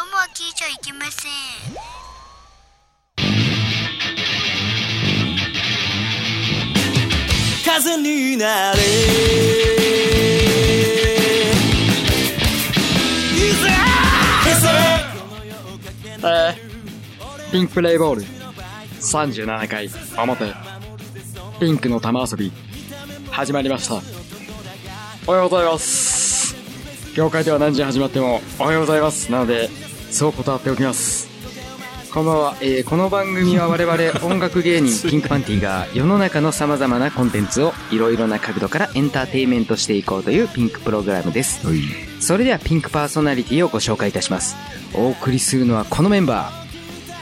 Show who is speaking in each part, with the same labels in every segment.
Speaker 1: ゃいけません
Speaker 2: 風になれ
Speaker 3: えー、ピンクプレイボール37回表ピンクの玉遊び始まりましたおはようございます業界では何時に始まってもおはようございますなのでそう断っておきますこんばんは、えーこの番組は我々音楽芸人ピンクパンティが世の中のさまざまなコンテンツをいろいろな角度からエンターテインメントしていこうというピンクプログラムですそれではピンクパーソナリティをご紹介いたしますお送りするのはこのメンバー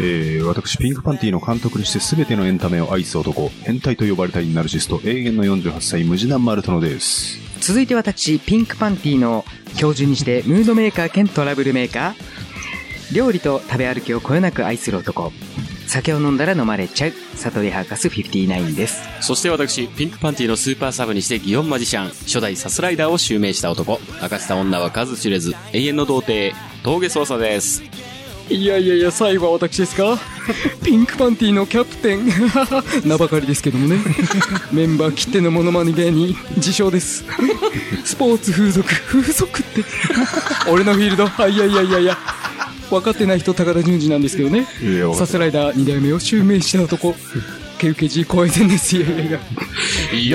Speaker 4: えー、私、ピンクパンティの監督にして全てのエンタメを愛す男、変態と呼ばれたいナルシスト、永遠の48歳、ムジナン・マルトノです。
Speaker 3: 続いて私ピンクパンティの教授にしてムードメーカー兼トラブルメーカー料理と食べ歩きをこよなく愛する男酒を飲んだら飲まれちゃう悟り博士59です
Speaker 5: そして私、ピンクパンティのスーパーサブにして、祇園マジシャン、初代サスライダーを襲名した男、明かした女は数知れず、永遠の童貞、峠捜査です。
Speaker 3: いやいやいや最後は私です かピンクパンティのキャプテン 名ばかりですけどもねメンバー切手のモノマネ芸人自称ですスポーツ風俗風俗って 俺のフィールドあいやいやいやいや分かってない人高田純次なんですけどね
Speaker 4: いや分かってる
Speaker 3: サスライダー2代目を襲名した男ケウケジ公演戦ですいやいやいや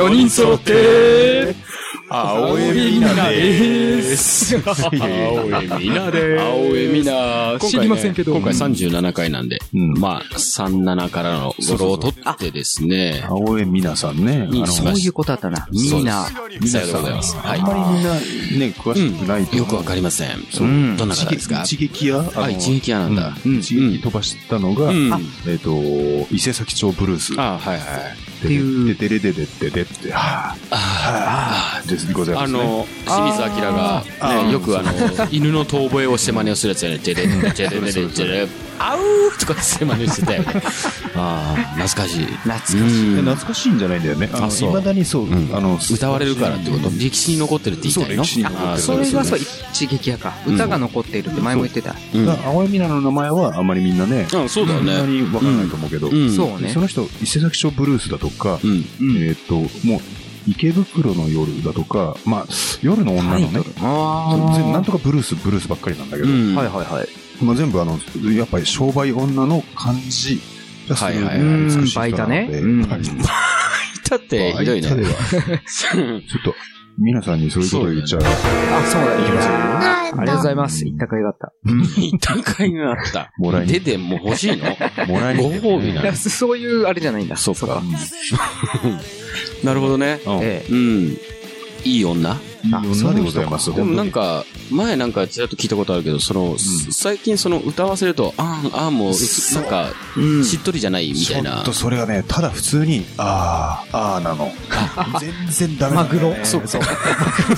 Speaker 3: 4人揃って
Speaker 4: 青
Speaker 3: 青江みなです
Speaker 4: いやいやいや
Speaker 5: 江みなで青江み
Speaker 3: み
Speaker 5: な。
Speaker 3: な知りませんけど
Speaker 5: 今回37回なんで、
Speaker 4: うん
Speaker 5: まあ、37からの語呂を取ってですね、
Speaker 4: 青江みなさんね。あの、
Speaker 5: そういう
Speaker 3: ことだったな
Speaker 5: そうで
Speaker 4: み
Speaker 5: すさ
Speaker 4: な
Speaker 5: ようで
Speaker 4: さ
Speaker 5: ご
Speaker 4: ん
Speaker 5: ざいます。は
Speaker 4: あんま
Speaker 5: い。
Speaker 4: りみんな、ね、詳しくないと、
Speaker 5: よくわかりません。どんな
Speaker 4: 一
Speaker 5: 方です
Speaker 4: 撃
Speaker 5: か
Speaker 4: 一撃や、あの
Speaker 5: あ、一撃屋なんだ。
Speaker 4: うん一撃飛ばしたのが、
Speaker 5: うん
Speaker 4: えっ、と、伊勢崎町ブルース。
Speaker 5: あ、はいはい。
Speaker 4: で、で、で、で、で、で、で、で、で、はぁ、はぁ、でございま
Speaker 5: あ
Speaker 4: す、ね。
Speaker 5: の、清水明が、
Speaker 4: あー
Speaker 5: ね、よくあの、犬の遠吠えをして真似をするやつやね。てれんてれんてれんてれん、あうーとかして真似してたよね。ああ、懐かしい。懐かし
Speaker 4: いや懐かしいんじゃないんだよね。あの、
Speaker 5: あそう
Speaker 4: 未だにそう、
Speaker 5: ん
Speaker 4: あの、
Speaker 5: 歌われるからってこと歴史に残ってるって言いたいの
Speaker 4: そう歴史に残ってる
Speaker 5: あー
Speaker 3: それ
Speaker 5: そう
Speaker 3: が
Speaker 5: です
Speaker 3: そ
Speaker 5: よ
Speaker 3: う
Speaker 5: ね
Speaker 3: 一撃やか歌が残っているって前も言ってた、
Speaker 5: うん
Speaker 4: だから青江みなの名前はあんまりみんなね、
Speaker 5: うんそうだよ
Speaker 4: あんま
Speaker 5: ね。
Speaker 4: りわからないと思うけど、
Speaker 5: うん。
Speaker 3: そう
Speaker 5: う。
Speaker 3: ね
Speaker 4: その人、伊勢崎町ブルースだとか、
Speaker 5: うん。
Speaker 3: うん
Speaker 4: えーっと、もう、池袋の夜だとか、まあ、夜の女のね、
Speaker 3: あ
Speaker 4: 全部なんとかブルース、ブルースばっかりなんだけど、
Speaker 5: うん
Speaker 4: はいはいはい。まあ、全部あの、やっぱり商売女の感じがすごい
Speaker 5: はいはい
Speaker 3: はい
Speaker 4: 美しい人な
Speaker 3: うんバ
Speaker 4: ので。
Speaker 3: イタねうん
Speaker 4: はい
Speaker 5: だって、ひどいね
Speaker 4: バイタ。ではちょっと、皆さんにそういうこと言っちゃう。
Speaker 3: あそうだいきますあ
Speaker 1: あ
Speaker 3: りがとうございます行った甲斐があった
Speaker 5: 高いがあった。
Speaker 4: もらいに
Speaker 5: 出てもう欲しいの
Speaker 4: もらいに
Speaker 5: ご褒美
Speaker 3: い
Speaker 5: なの
Speaker 3: やそういうあれじゃないんだ
Speaker 5: そう
Speaker 3: か
Speaker 5: か。なるほどね。
Speaker 4: うん
Speaker 3: ええ
Speaker 5: うん。いい女
Speaker 4: いい
Speaker 3: あそう
Speaker 4: 女でございます。
Speaker 5: でもなん
Speaker 4: 本
Speaker 5: か、前なんかちらっと聞いたことあるけど、その、最近その歌わせると、あん、あんもう、なんか、
Speaker 3: うん
Speaker 5: しっとりじゃない
Speaker 4: 当
Speaker 5: み
Speaker 4: に、
Speaker 5: たい
Speaker 4: ちょ
Speaker 5: な
Speaker 4: っと。それがね、ただ普通に、あー、あー なの。全然ダメなんだよね。
Speaker 3: マグロそう
Speaker 4: そう。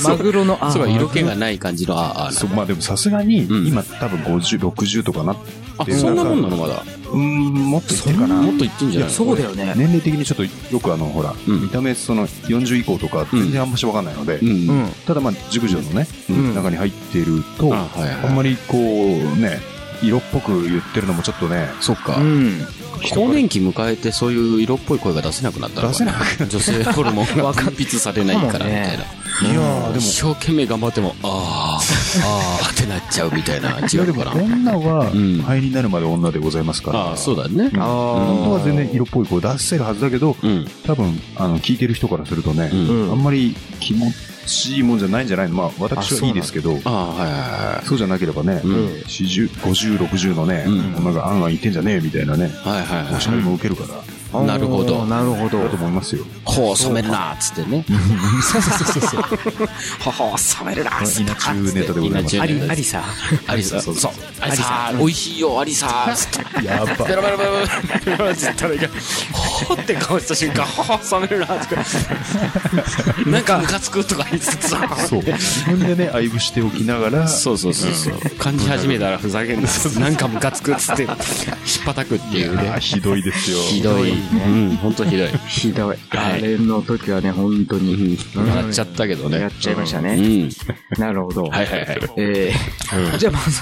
Speaker 3: マグロのあ
Speaker 5: そうか、色気がない感じの、ああ、あ
Speaker 4: そうまあでもさすがに、
Speaker 5: うん
Speaker 4: 今多分50、60とかな
Speaker 5: あ
Speaker 4: で
Speaker 5: そんなもんなのまだ。
Speaker 4: うーん、もっといってるかな。
Speaker 5: もっといってんじゃない
Speaker 3: そうだよね
Speaker 4: 年齢的にちょっとよくあの、ほら、
Speaker 5: うん
Speaker 4: 見た目その40以降とか全然あんましわかんないので、
Speaker 5: うん
Speaker 3: う。ん
Speaker 4: ただまあ、熟女のね、
Speaker 3: ん
Speaker 4: 中に入っていると、
Speaker 5: あはいはい
Speaker 4: あんまりこうね、色っぽく言ってるのもちょっとね、
Speaker 5: そっか
Speaker 3: う。ん
Speaker 5: 更年期迎えてそういう色っぽい声が出せなくなったのか
Speaker 4: 出せなくな
Speaker 5: 女性ホルモンが分泌されないか
Speaker 3: からも
Speaker 5: み
Speaker 3: ね
Speaker 5: たいな。
Speaker 4: いやーでも、
Speaker 5: 一生懸命頑張っても、ああ、ああってなっちゃうみたいな。
Speaker 4: い
Speaker 5: 違
Speaker 4: やで
Speaker 5: う
Speaker 4: も
Speaker 5: かな。
Speaker 4: 女は
Speaker 5: うん
Speaker 4: 灰になるまで女でございますから。
Speaker 5: ああ、そうだね。
Speaker 4: うん本当は全然色っぽい声出せるはずだけど、
Speaker 5: うん。
Speaker 4: 多分、あの、聞いてる人からするとね、
Speaker 5: うん
Speaker 4: あんまり気持ちいいもんじゃないんじゃないのまあ、私はいいですけど、
Speaker 5: ああ、はいはいはい。
Speaker 4: そうじゃなければね、
Speaker 5: うん
Speaker 4: 40、50、60のね、
Speaker 5: うん
Speaker 4: 女があんあん言ってんじゃねえみたいなね、
Speaker 5: はいはい
Speaker 4: お
Speaker 5: はい。
Speaker 4: 叱りも受けるから、
Speaker 3: あー
Speaker 5: なるほど
Speaker 3: なるほど
Speaker 4: だと思いますよ。
Speaker 5: 頬を染めるなーっつってね。そうそう そうそう。頬を染めるなーっつって。
Speaker 4: 稲中ネタでございます
Speaker 5: 稲
Speaker 3: あ
Speaker 5: 中ネ
Speaker 3: り
Speaker 5: タ
Speaker 3: あ
Speaker 5: で
Speaker 3: り
Speaker 5: す
Speaker 3: さ
Speaker 5: ありさ。そう。ありさ、美味しいよ、ありさーっつって。
Speaker 4: やば
Speaker 5: ベロベロベロベロベロって言ったらいいからほーって顔した瞬 間、ほー冷めるなーって。なんかムカつくとか言ってさ。
Speaker 4: そう。自分でね、愛撫しておきながら、
Speaker 5: そうそうそうそう。感じ始めたらふざけんな。なんかムカつくっつって、引っ叩くっていう
Speaker 4: いやー
Speaker 5: ね。
Speaker 4: ひどいですよ。
Speaker 5: ひどい
Speaker 3: いね。
Speaker 5: うん、ほん とひどい。
Speaker 3: ひどい。
Speaker 5: はい
Speaker 3: あれの時はね、本当
Speaker 5: う
Speaker 3: に。
Speaker 5: ん、やっちゃったけどね。
Speaker 3: やっちゃいましたね
Speaker 5: う
Speaker 3: なるほど。
Speaker 5: ん。はいはいはい。
Speaker 3: えー、じゃあまず、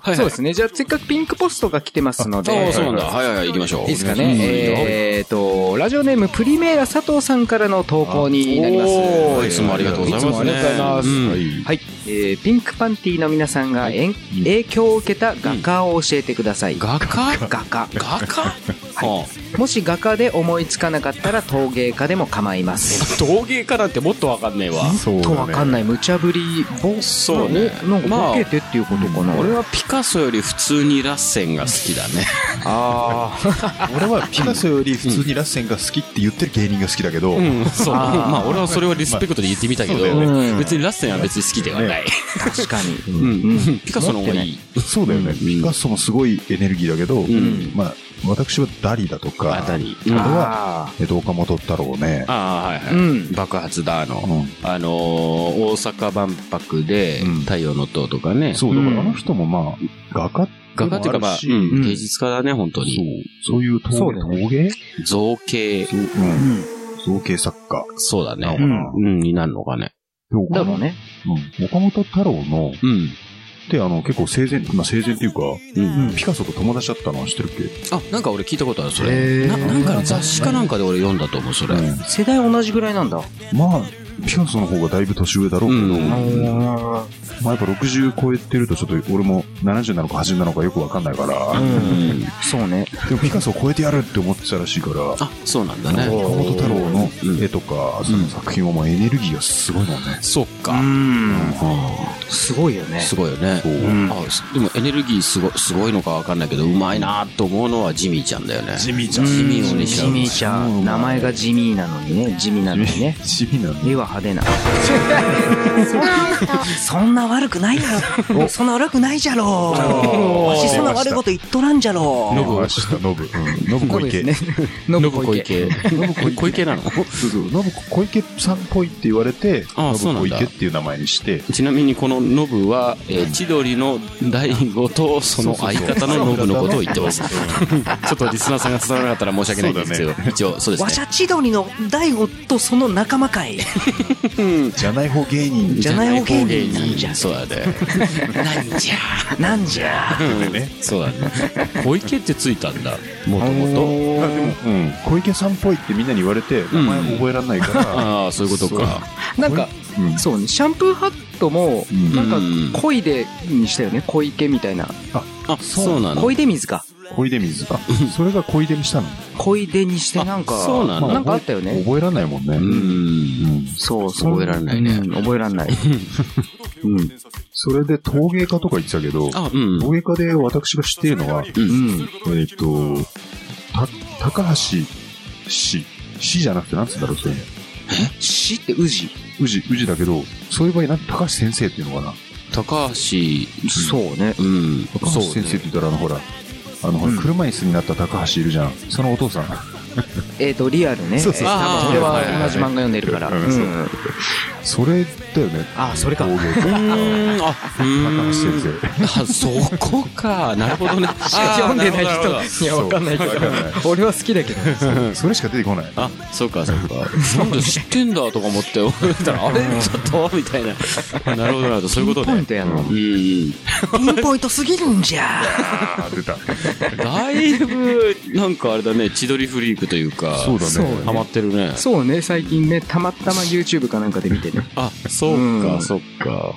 Speaker 5: はい
Speaker 3: そうですね。じゃあ、せっかくピンクポストが来てますので。
Speaker 5: ああ、そうなんだ。はいはいはい、行きましょう。
Speaker 3: いいですか
Speaker 5: うん
Speaker 3: ね。えーと、ラジオネームプリメーラ佐藤さんからの投稿になります。
Speaker 5: おーいつもありがとうございます、ね。
Speaker 4: いつもありがとうございます
Speaker 5: ん
Speaker 4: はい
Speaker 3: はい、えーピンクパンティの皆さんがえん影響を受けた画家を教えてください。
Speaker 5: 画家
Speaker 3: 画家。
Speaker 5: 画家は
Speaker 3: もし画家で思いつかなかったら陶芸家でも構います。
Speaker 5: あ陶芸家なんてもっとわかんねえわ。
Speaker 4: そう
Speaker 3: とわかん
Speaker 4: い。
Speaker 3: ない無茶ぶりボ
Speaker 5: そうね
Speaker 3: ななんかボケてっていうことかな、
Speaker 5: 俺はピカソより普通にラッセンが好きだね。
Speaker 3: あ
Speaker 4: 俺はピカソより普通にラッセンが好きって言ってる芸人が好きだけど、
Speaker 5: うん、そう。
Speaker 3: あー
Speaker 5: まあ俺はそれをリスペクトで言ってみたけど、
Speaker 4: まあ
Speaker 3: そうだよね
Speaker 5: 別にラッセンは別に好きではない。
Speaker 3: あ確かに
Speaker 5: うん
Speaker 3: う
Speaker 5: ピカソの方がいい。
Speaker 4: そうだよね、
Speaker 5: うん
Speaker 4: ピカソもすごいエネルギーだけど、
Speaker 5: ん
Speaker 4: まあ、私はダリだとか、
Speaker 5: り。
Speaker 4: あと
Speaker 5: あ
Speaker 4: は、えっと、岡本太郎ね。
Speaker 5: あー、はいはい。
Speaker 3: うん
Speaker 5: 爆発だあの、
Speaker 4: うん
Speaker 5: あのー大阪万博で
Speaker 4: うん
Speaker 5: 太陽の塔とかね、
Speaker 4: そう、だか
Speaker 3: うん
Speaker 4: らあの人もまあ、画家
Speaker 5: 画家っていうかまあ、
Speaker 4: で
Speaker 5: う
Speaker 4: もるし
Speaker 5: ん、芸術家だね、本当に。
Speaker 4: そう、そういう
Speaker 3: そ
Speaker 4: 陶
Speaker 3: うだよ
Speaker 4: 芸、陶芸
Speaker 5: 造形、
Speaker 4: そう
Speaker 3: う
Speaker 4: うん
Speaker 3: ん
Speaker 4: 造形作家
Speaker 5: そうだ
Speaker 4: なの
Speaker 5: ね
Speaker 4: か。な。
Speaker 3: うん
Speaker 5: うん、になるのかね。
Speaker 4: で岡
Speaker 3: だ
Speaker 4: 本
Speaker 3: ろうね
Speaker 4: うん岡本太郎の、
Speaker 5: うん。
Speaker 4: ってあの、結構生前、まあ生前っていうか、
Speaker 5: うん。
Speaker 4: ピカソと友達だったのは知ってるっけ
Speaker 5: あ、なんか俺聞いたことある、そ
Speaker 3: へ
Speaker 5: れ。
Speaker 3: ー
Speaker 5: ななんかの雑誌かなんかで俺読んだと思う、それ。
Speaker 4: うん
Speaker 3: 世代同じぐらいなんだ
Speaker 4: まあ、ピカソの方がだいぶ年上だろうけど、
Speaker 5: うん
Speaker 4: まあ
Speaker 3: あ
Speaker 4: やっぱ60超えてるとちょっと俺も70なのか80なのかよくわかんないから、
Speaker 3: うんそうね
Speaker 4: でもピカソを超えてやるって思ってたらしいから、
Speaker 5: あ、そうなんだ
Speaker 4: 岡
Speaker 5: ね。
Speaker 4: 本太郎の
Speaker 5: うん
Speaker 4: 絵とか、その作品はもうエネルギーがすごいもんね。
Speaker 5: そっ
Speaker 3: う
Speaker 5: か。
Speaker 3: んすごいよね
Speaker 5: すごいよね。
Speaker 3: うん
Speaker 5: あすでもエネルギーすごすごいのかわかんないけど、うまいなと思うのはジミーちゃんだよね。ジミー
Speaker 3: うん
Speaker 5: ジミーお兄ちゃ
Speaker 3: 地
Speaker 5: ん。
Speaker 3: 味ちゃん名前が地味なのにね地味なのにね
Speaker 4: 地味なの
Speaker 3: 絵は派 手なそんな悪くないだろそんな悪くないじゃろ
Speaker 4: お
Speaker 6: わしそんな悪いこと言っとらんじゃろ
Speaker 4: ノブはした、ノブ。うんノブ小池。
Speaker 3: ノ
Speaker 5: ノ
Speaker 3: ブ
Speaker 5: ブ
Speaker 3: 小
Speaker 5: 小
Speaker 3: 池
Speaker 5: 池。 ノブ小池小池なの
Speaker 4: そうそう、ノブ小池さんっぽいって言われて、
Speaker 5: あ
Speaker 4: ノブ
Speaker 5: そうなん
Speaker 4: 小
Speaker 5: だ
Speaker 4: 池っていう名前にして、
Speaker 5: ちなみにこのノブは、えー千鳥の大悟とその相方のノブのことを言ってます。 ちょっとリスナーさんが伝わらなかったら申し訳ないんですけど、
Speaker 4: そう
Speaker 5: 一応そう
Speaker 6: わ
Speaker 5: で
Speaker 6: し
Speaker 5: す
Speaker 6: ゃ
Speaker 5: ね。
Speaker 6: 千鳥の大悟とその仲間かい
Speaker 4: じゃない方芸人
Speaker 6: じゃない方芸人
Speaker 5: じゃない方芸人そうだね。
Speaker 6: なんじゃなんじゃ
Speaker 4: ね。
Speaker 5: そうだね。小池ってついたんだ、もともと。
Speaker 4: あでも、うん、小池さんっぽいってみんなに言われて、名前覚えられな いから、
Speaker 5: ああ、そういうことか。
Speaker 3: なんか
Speaker 4: うん
Speaker 3: そうねシャンプーハットも
Speaker 4: うん
Speaker 3: なんか
Speaker 5: うん
Speaker 3: 「恋で」にしたよね「小池」みたいな
Speaker 5: あ、そうな
Speaker 3: 「
Speaker 5: の。
Speaker 3: 恋で水」か
Speaker 4: 小出水。あ、それが小出にしたの。
Speaker 3: 「恋で」にしてなんか
Speaker 5: あそうなの
Speaker 3: んかあったよね
Speaker 4: 覚えられないもんね。
Speaker 5: う。
Speaker 4: うんん
Speaker 3: そうそう
Speaker 5: 覚えられないね
Speaker 3: うん覚えら れないうん
Speaker 4: それで陶芸家とか言ってたけど、
Speaker 5: あ、うん。
Speaker 4: 陶芸家で私が知っているのは、え
Speaker 3: うん
Speaker 4: っと、た、高橋氏。氏じゃなくて、なんつうんだろう、そういうの。
Speaker 3: 「し」って「うじ
Speaker 4: 宇治、宇治だけど、そういう場合、なんて高橋先生っていうのかな。
Speaker 5: 高橋、」
Speaker 3: そうね
Speaker 5: うん。
Speaker 4: 高橋先生って言ったら、あの、ほら、あの、ほら
Speaker 3: うん
Speaker 4: 車椅子になった高橋いるじゃん。そのお父さん。
Speaker 3: えっとリアルね
Speaker 4: そうそう
Speaker 3: えー多分
Speaker 5: あー
Speaker 3: 俺は
Speaker 5: はいはいはい
Speaker 3: 同じ漫画読んでるから
Speaker 4: うん
Speaker 3: うん
Speaker 4: それだよね。
Speaker 3: あそれか
Speaker 4: 陶芸家。
Speaker 5: うーん、あ、う
Speaker 4: 高
Speaker 5: ー
Speaker 4: 橋
Speaker 5: ん
Speaker 4: 先生。
Speaker 5: あ、そこか。なるほどね。
Speaker 3: 読んでない
Speaker 5: あーるほどるほど
Speaker 3: 人いやわかんないけど
Speaker 4: そうわかんない
Speaker 3: 俺は好きだけど
Speaker 4: そうそれしか出てこない。
Speaker 5: あ、そうか、そうか。なんで知ってんだとか思って、思ったら、あれ ちょっとみたいな。なるほど、なるほど。そういうこと
Speaker 3: ポイ
Speaker 5: ね
Speaker 3: ン。トやの
Speaker 5: うんうん。
Speaker 6: ピンポイントすぎるんじゃ
Speaker 4: あー、出た。
Speaker 5: だいぶ、なんかあれだね、千鳥フリークというか、
Speaker 4: そうだ
Speaker 3: そう
Speaker 4: ね。
Speaker 5: ハマってるね。
Speaker 3: そうね最近ねたまたま YouTube かなんかで見てね
Speaker 5: あ、そう
Speaker 3: う
Speaker 5: か、
Speaker 3: ん
Speaker 5: そっか。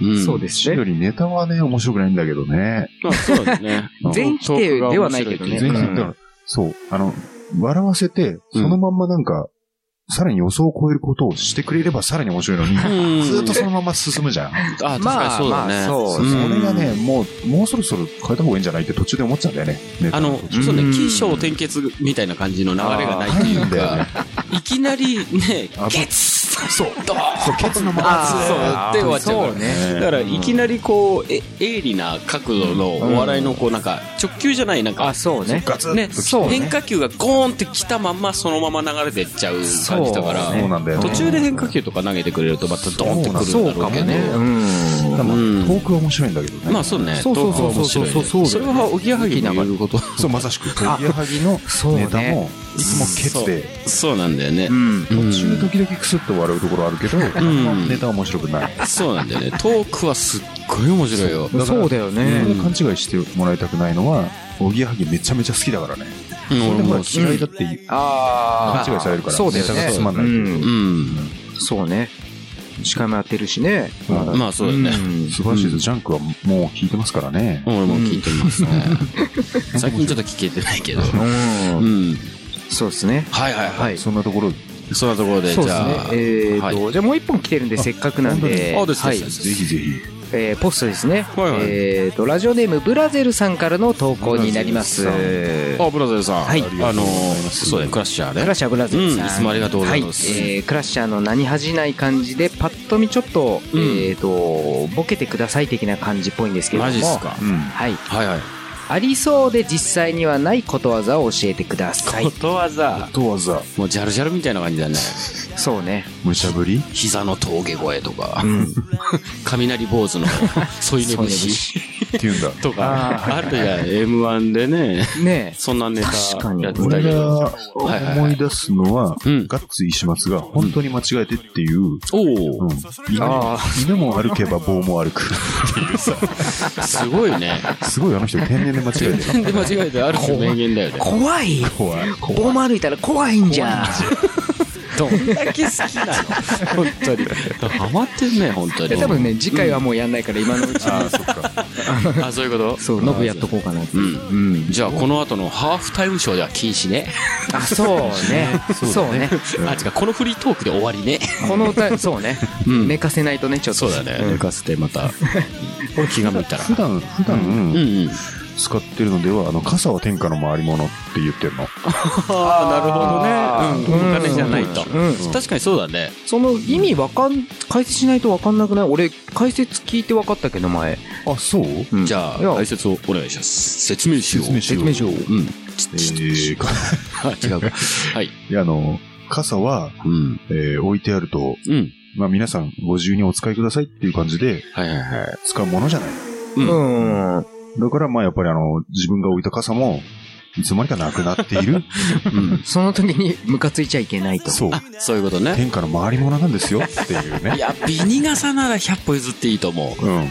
Speaker 5: うん
Speaker 3: そうです
Speaker 4: し
Speaker 3: ね
Speaker 4: よりネタはね、面白くないんだけどね。。
Speaker 5: まあ、そうだね
Speaker 3: 全否定ではないけどね
Speaker 4: 全然、だから、そう、あの、笑わせて、そのまんまなんか、さらに予想を超えることをしてくれればさらに面白いの
Speaker 5: う
Speaker 4: に、
Speaker 5: ん
Speaker 4: ずっとそのまま進むじゃん。
Speaker 5: あ、確か
Speaker 3: ま
Speaker 5: に
Speaker 3: あ
Speaker 5: そうだ
Speaker 3: まあ
Speaker 5: ね。
Speaker 3: そう
Speaker 4: そううんそれがね、もう、もうそろそろ変えた方がいいんじゃないって途中で思っちゃうんだよね。ネタ
Speaker 5: あの、
Speaker 4: うん
Speaker 5: そうね、起承転結みたいな感じの流れがないという
Speaker 4: あーない
Speaker 5: か、いきなりね、
Speaker 4: あ
Speaker 5: ケツ
Speaker 4: そう。
Speaker 5: ドーン
Speaker 4: そう、ケツのまま。
Speaker 5: あーそうって終わっちゃうから
Speaker 3: そうね
Speaker 5: だから、いきなりこう、え、鋭利な角度のお笑いのこう、なんか、直球じゃない、なんか
Speaker 3: あ、そうね
Speaker 4: ガツッ
Speaker 5: ね、
Speaker 3: そうね
Speaker 5: 変化球がゴーンって来たまんま、そのまま流れてっちゃう感じだか
Speaker 3: そ
Speaker 5: ら、
Speaker 3: うね
Speaker 4: そうなんだよね。
Speaker 5: 途中で変化球とか投げてくれるとまたドーンってくるんだろうけど、
Speaker 3: うん
Speaker 5: だ
Speaker 4: だまあ、
Speaker 5: うん
Speaker 4: トークは面白いんだけどね。
Speaker 5: まあそうね。
Speaker 4: そうそうそうそうそうそ
Speaker 5: トーク
Speaker 4: う
Speaker 5: は面白いねそれはおぎやはぎの言うこと。
Speaker 4: そう、まさしく、トギやはぎの
Speaker 7: そうね
Speaker 4: ネタも、いつもケツで、
Speaker 5: そうなんだよね
Speaker 3: う。ん。
Speaker 5: うん
Speaker 4: 途中時々クスッと笑うところあるけど、
Speaker 5: ん
Speaker 4: ネタは面白くない。
Speaker 5: そうなんだよね。トークはすっごい面白いよ。
Speaker 4: だから
Speaker 3: そうだよね
Speaker 4: それを勘違いしてもらいたくないのは、おぎやはぎめちゃめちゃ好きだからね。
Speaker 5: う
Speaker 4: そ
Speaker 5: ん
Speaker 4: れ
Speaker 5: 俺
Speaker 4: でほら
Speaker 5: も
Speaker 4: 嫌いだっていう
Speaker 3: あ
Speaker 4: 勘
Speaker 3: あ。
Speaker 4: 違いされるから、
Speaker 3: そうだ
Speaker 4: ネ
Speaker 3: よ
Speaker 4: タがつま
Speaker 3: ね。
Speaker 4: ん
Speaker 3: う。
Speaker 4: ないと
Speaker 5: うんん。
Speaker 3: そうね。司会もやってるしね。
Speaker 4: うん
Speaker 5: まあそうだよね。
Speaker 3: ん
Speaker 4: 素晴らしいです、ジャンクはもう聞いてますからね。
Speaker 5: 俺も聞いてますね。最近ちょっと聞けてないけど。
Speaker 3: う。
Speaker 5: うんん。
Speaker 3: そうですね。
Speaker 5: はいはいは。
Speaker 3: はいい。
Speaker 4: そんなところ、
Speaker 5: そんなところで、
Speaker 3: そう
Speaker 5: じ
Speaker 3: ですね
Speaker 5: ゃあ。。
Speaker 3: えー
Speaker 5: はい
Speaker 3: と、じゃあもう一本来てるんで、せっかくなんで。
Speaker 5: あ、です
Speaker 3: は
Speaker 5: で
Speaker 3: い
Speaker 5: す。です
Speaker 4: ぜひぜひ。
Speaker 3: えーポストですね。
Speaker 5: はいはい
Speaker 3: えーと、ラジオネームブラゼルさんからの投稿になります。
Speaker 4: ブラ
Speaker 3: ク
Speaker 5: あ、ブラザーさん。
Speaker 3: はい
Speaker 5: あのー、そうだよ、クラッシャーね。
Speaker 3: ラッシャーブラゼルさん。
Speaker 5: うんいつもありがとうございます
Speaker 3: はえークラッシャーの何恥じない感じで、パッと見ちょっと、
Speaker 5: うん
Speaker 3: えっと、ボケてください的な感じっぽいんですけれど
Speaker 5: マ
Speaker 3: も。
Speaker 5: ジっすか。
Speaker 4: うん。
Speaker 3: はい。
Speaker 5: はいはい。
Speaker 3: ありそうで実際にはないことわざを教えてくださ い。
Speaker 5: とわざ。
Speaker 4: とわざ、
Speaker 5: もうジャルジャルみたいな感じだね。
Speaker 3: そうね。
Speaker 4: むしゃぶり
Speaker 5: 膝の峠越えとか
Speaker 3: う、ん。
Speaker 5: 雷坊主の添い寝節
Speaker 4: っていうんだ。
Speaker 5: とか
Speaker 3: あ、ー
Speaker 5: あるやん、M1 でね、
Speaker 3: ね
Speaker 5: そんなネタ
Speaker 3: 確かに
Speaker 5: やってた
Speaker 4: 俺
Speaker 5: けど。
Speaker 4: が思い出すのは、
Speaker 5: うん
Speaker 4: ガッツ石松が本当に間違えてっていう、うん
Speaker 5: おお、
Speaker 4: 犬
Speaker 3: あ
Speaker 4: 犬も歩けば棒も歩く。
Speaker 5: すごいね。
Speaker 4: すごいあの人天然で間違 えてる。
Speaker 5: で、間違えてある種名言だよね。
Speaker 7: 怖い
Speaker 4: 怖い。怖い。
Speaker 7: 棒も歩いたら怖いんじゃ
Speaker 5: どんだけ好きなの本当に。ハマってんね、本当
Speaker 3: え。
Speaker 5: に。
Speaker 3: 多分ね、次回はもうやんないから、今のうちに。
Speaker 4: ああ、そっか。
Speaker 5: あ、そういうこと
Speaker 3: そう、ノブやっとこうかなって。
Speaker 5: うん
Speaker 3: うん。
Speaker 5: じゃあ、この後のハーフタイムショーでは禁止ね。
Speaker 3: あ、そうね。そうね。
Speaker 5: あ、違う、このフリートークで終わりね。
Speaker 3: この歌、そうね。
Speaker 5: うん
Speaker 3: 寝かせないとね、ちょっ
Speaker 5: そ
Speaker 3: と。
Speaker 5: うだね。寝かせて、ま た。これ気が向いたら。
Speaker 4: 普段、普段、
Speaker 5: うんうん。
Speaker 4: 使ってるのでは、あの、傘は天下の回り物って言ってるの。
Speaker 5: ああ、なるほどね。うん。お
Speaker 3: うん
Speaker 5: 金じゃないと。
Speaker 3: うん。
Speaker 5: 確かにそうだね。
Speaker 3: その意味わかん、解説しないとわかんなくない俺、解説聞いてわかったけど、前。
Speaker 4: あ、そう
Speaker 3: うん
Speaker 5: じゃあ、
Speaker 3: いや
Speaker 5: 解説をお願いします。説明しよう。
Speaker 4: 説明しよ
Speaker 3: 説明
Speaker 4: う
Speaker 3: しよう。
Speaker 5: うん。
Speaker 4: えー、か
Speaker 5: あ、違うか。はい。
Speaker 4: いや、あの、傘は、
Speaker 5: うん。
Speaker 4: えー置いてあると、
Speaker 5: うん。
Speaker 4: まあ皆さんご自由にお使いくださいっていう感じで
Speaker 5: はいはいはい。
Speaker 4: 使うものじゃない。
Speaker 5: うん
Speaker 3: うん。
Speaker 4: だからまあやっぱりあの、自分が置いた傘も、いつの間にかなくなっている。
Speaker 5: うん。
Speaker 3: その時にムカついちゃいけないと。
Speaker 4: そう。
Speaker 5: そういうことね。
Speaker 4: 天下の回り物なんですよっていう
Speaker 5: い
Speaker 4: ね。
Speaker 5: や、ビニ傘なら100歩譲っていいと思う。
Speaker 4: うん。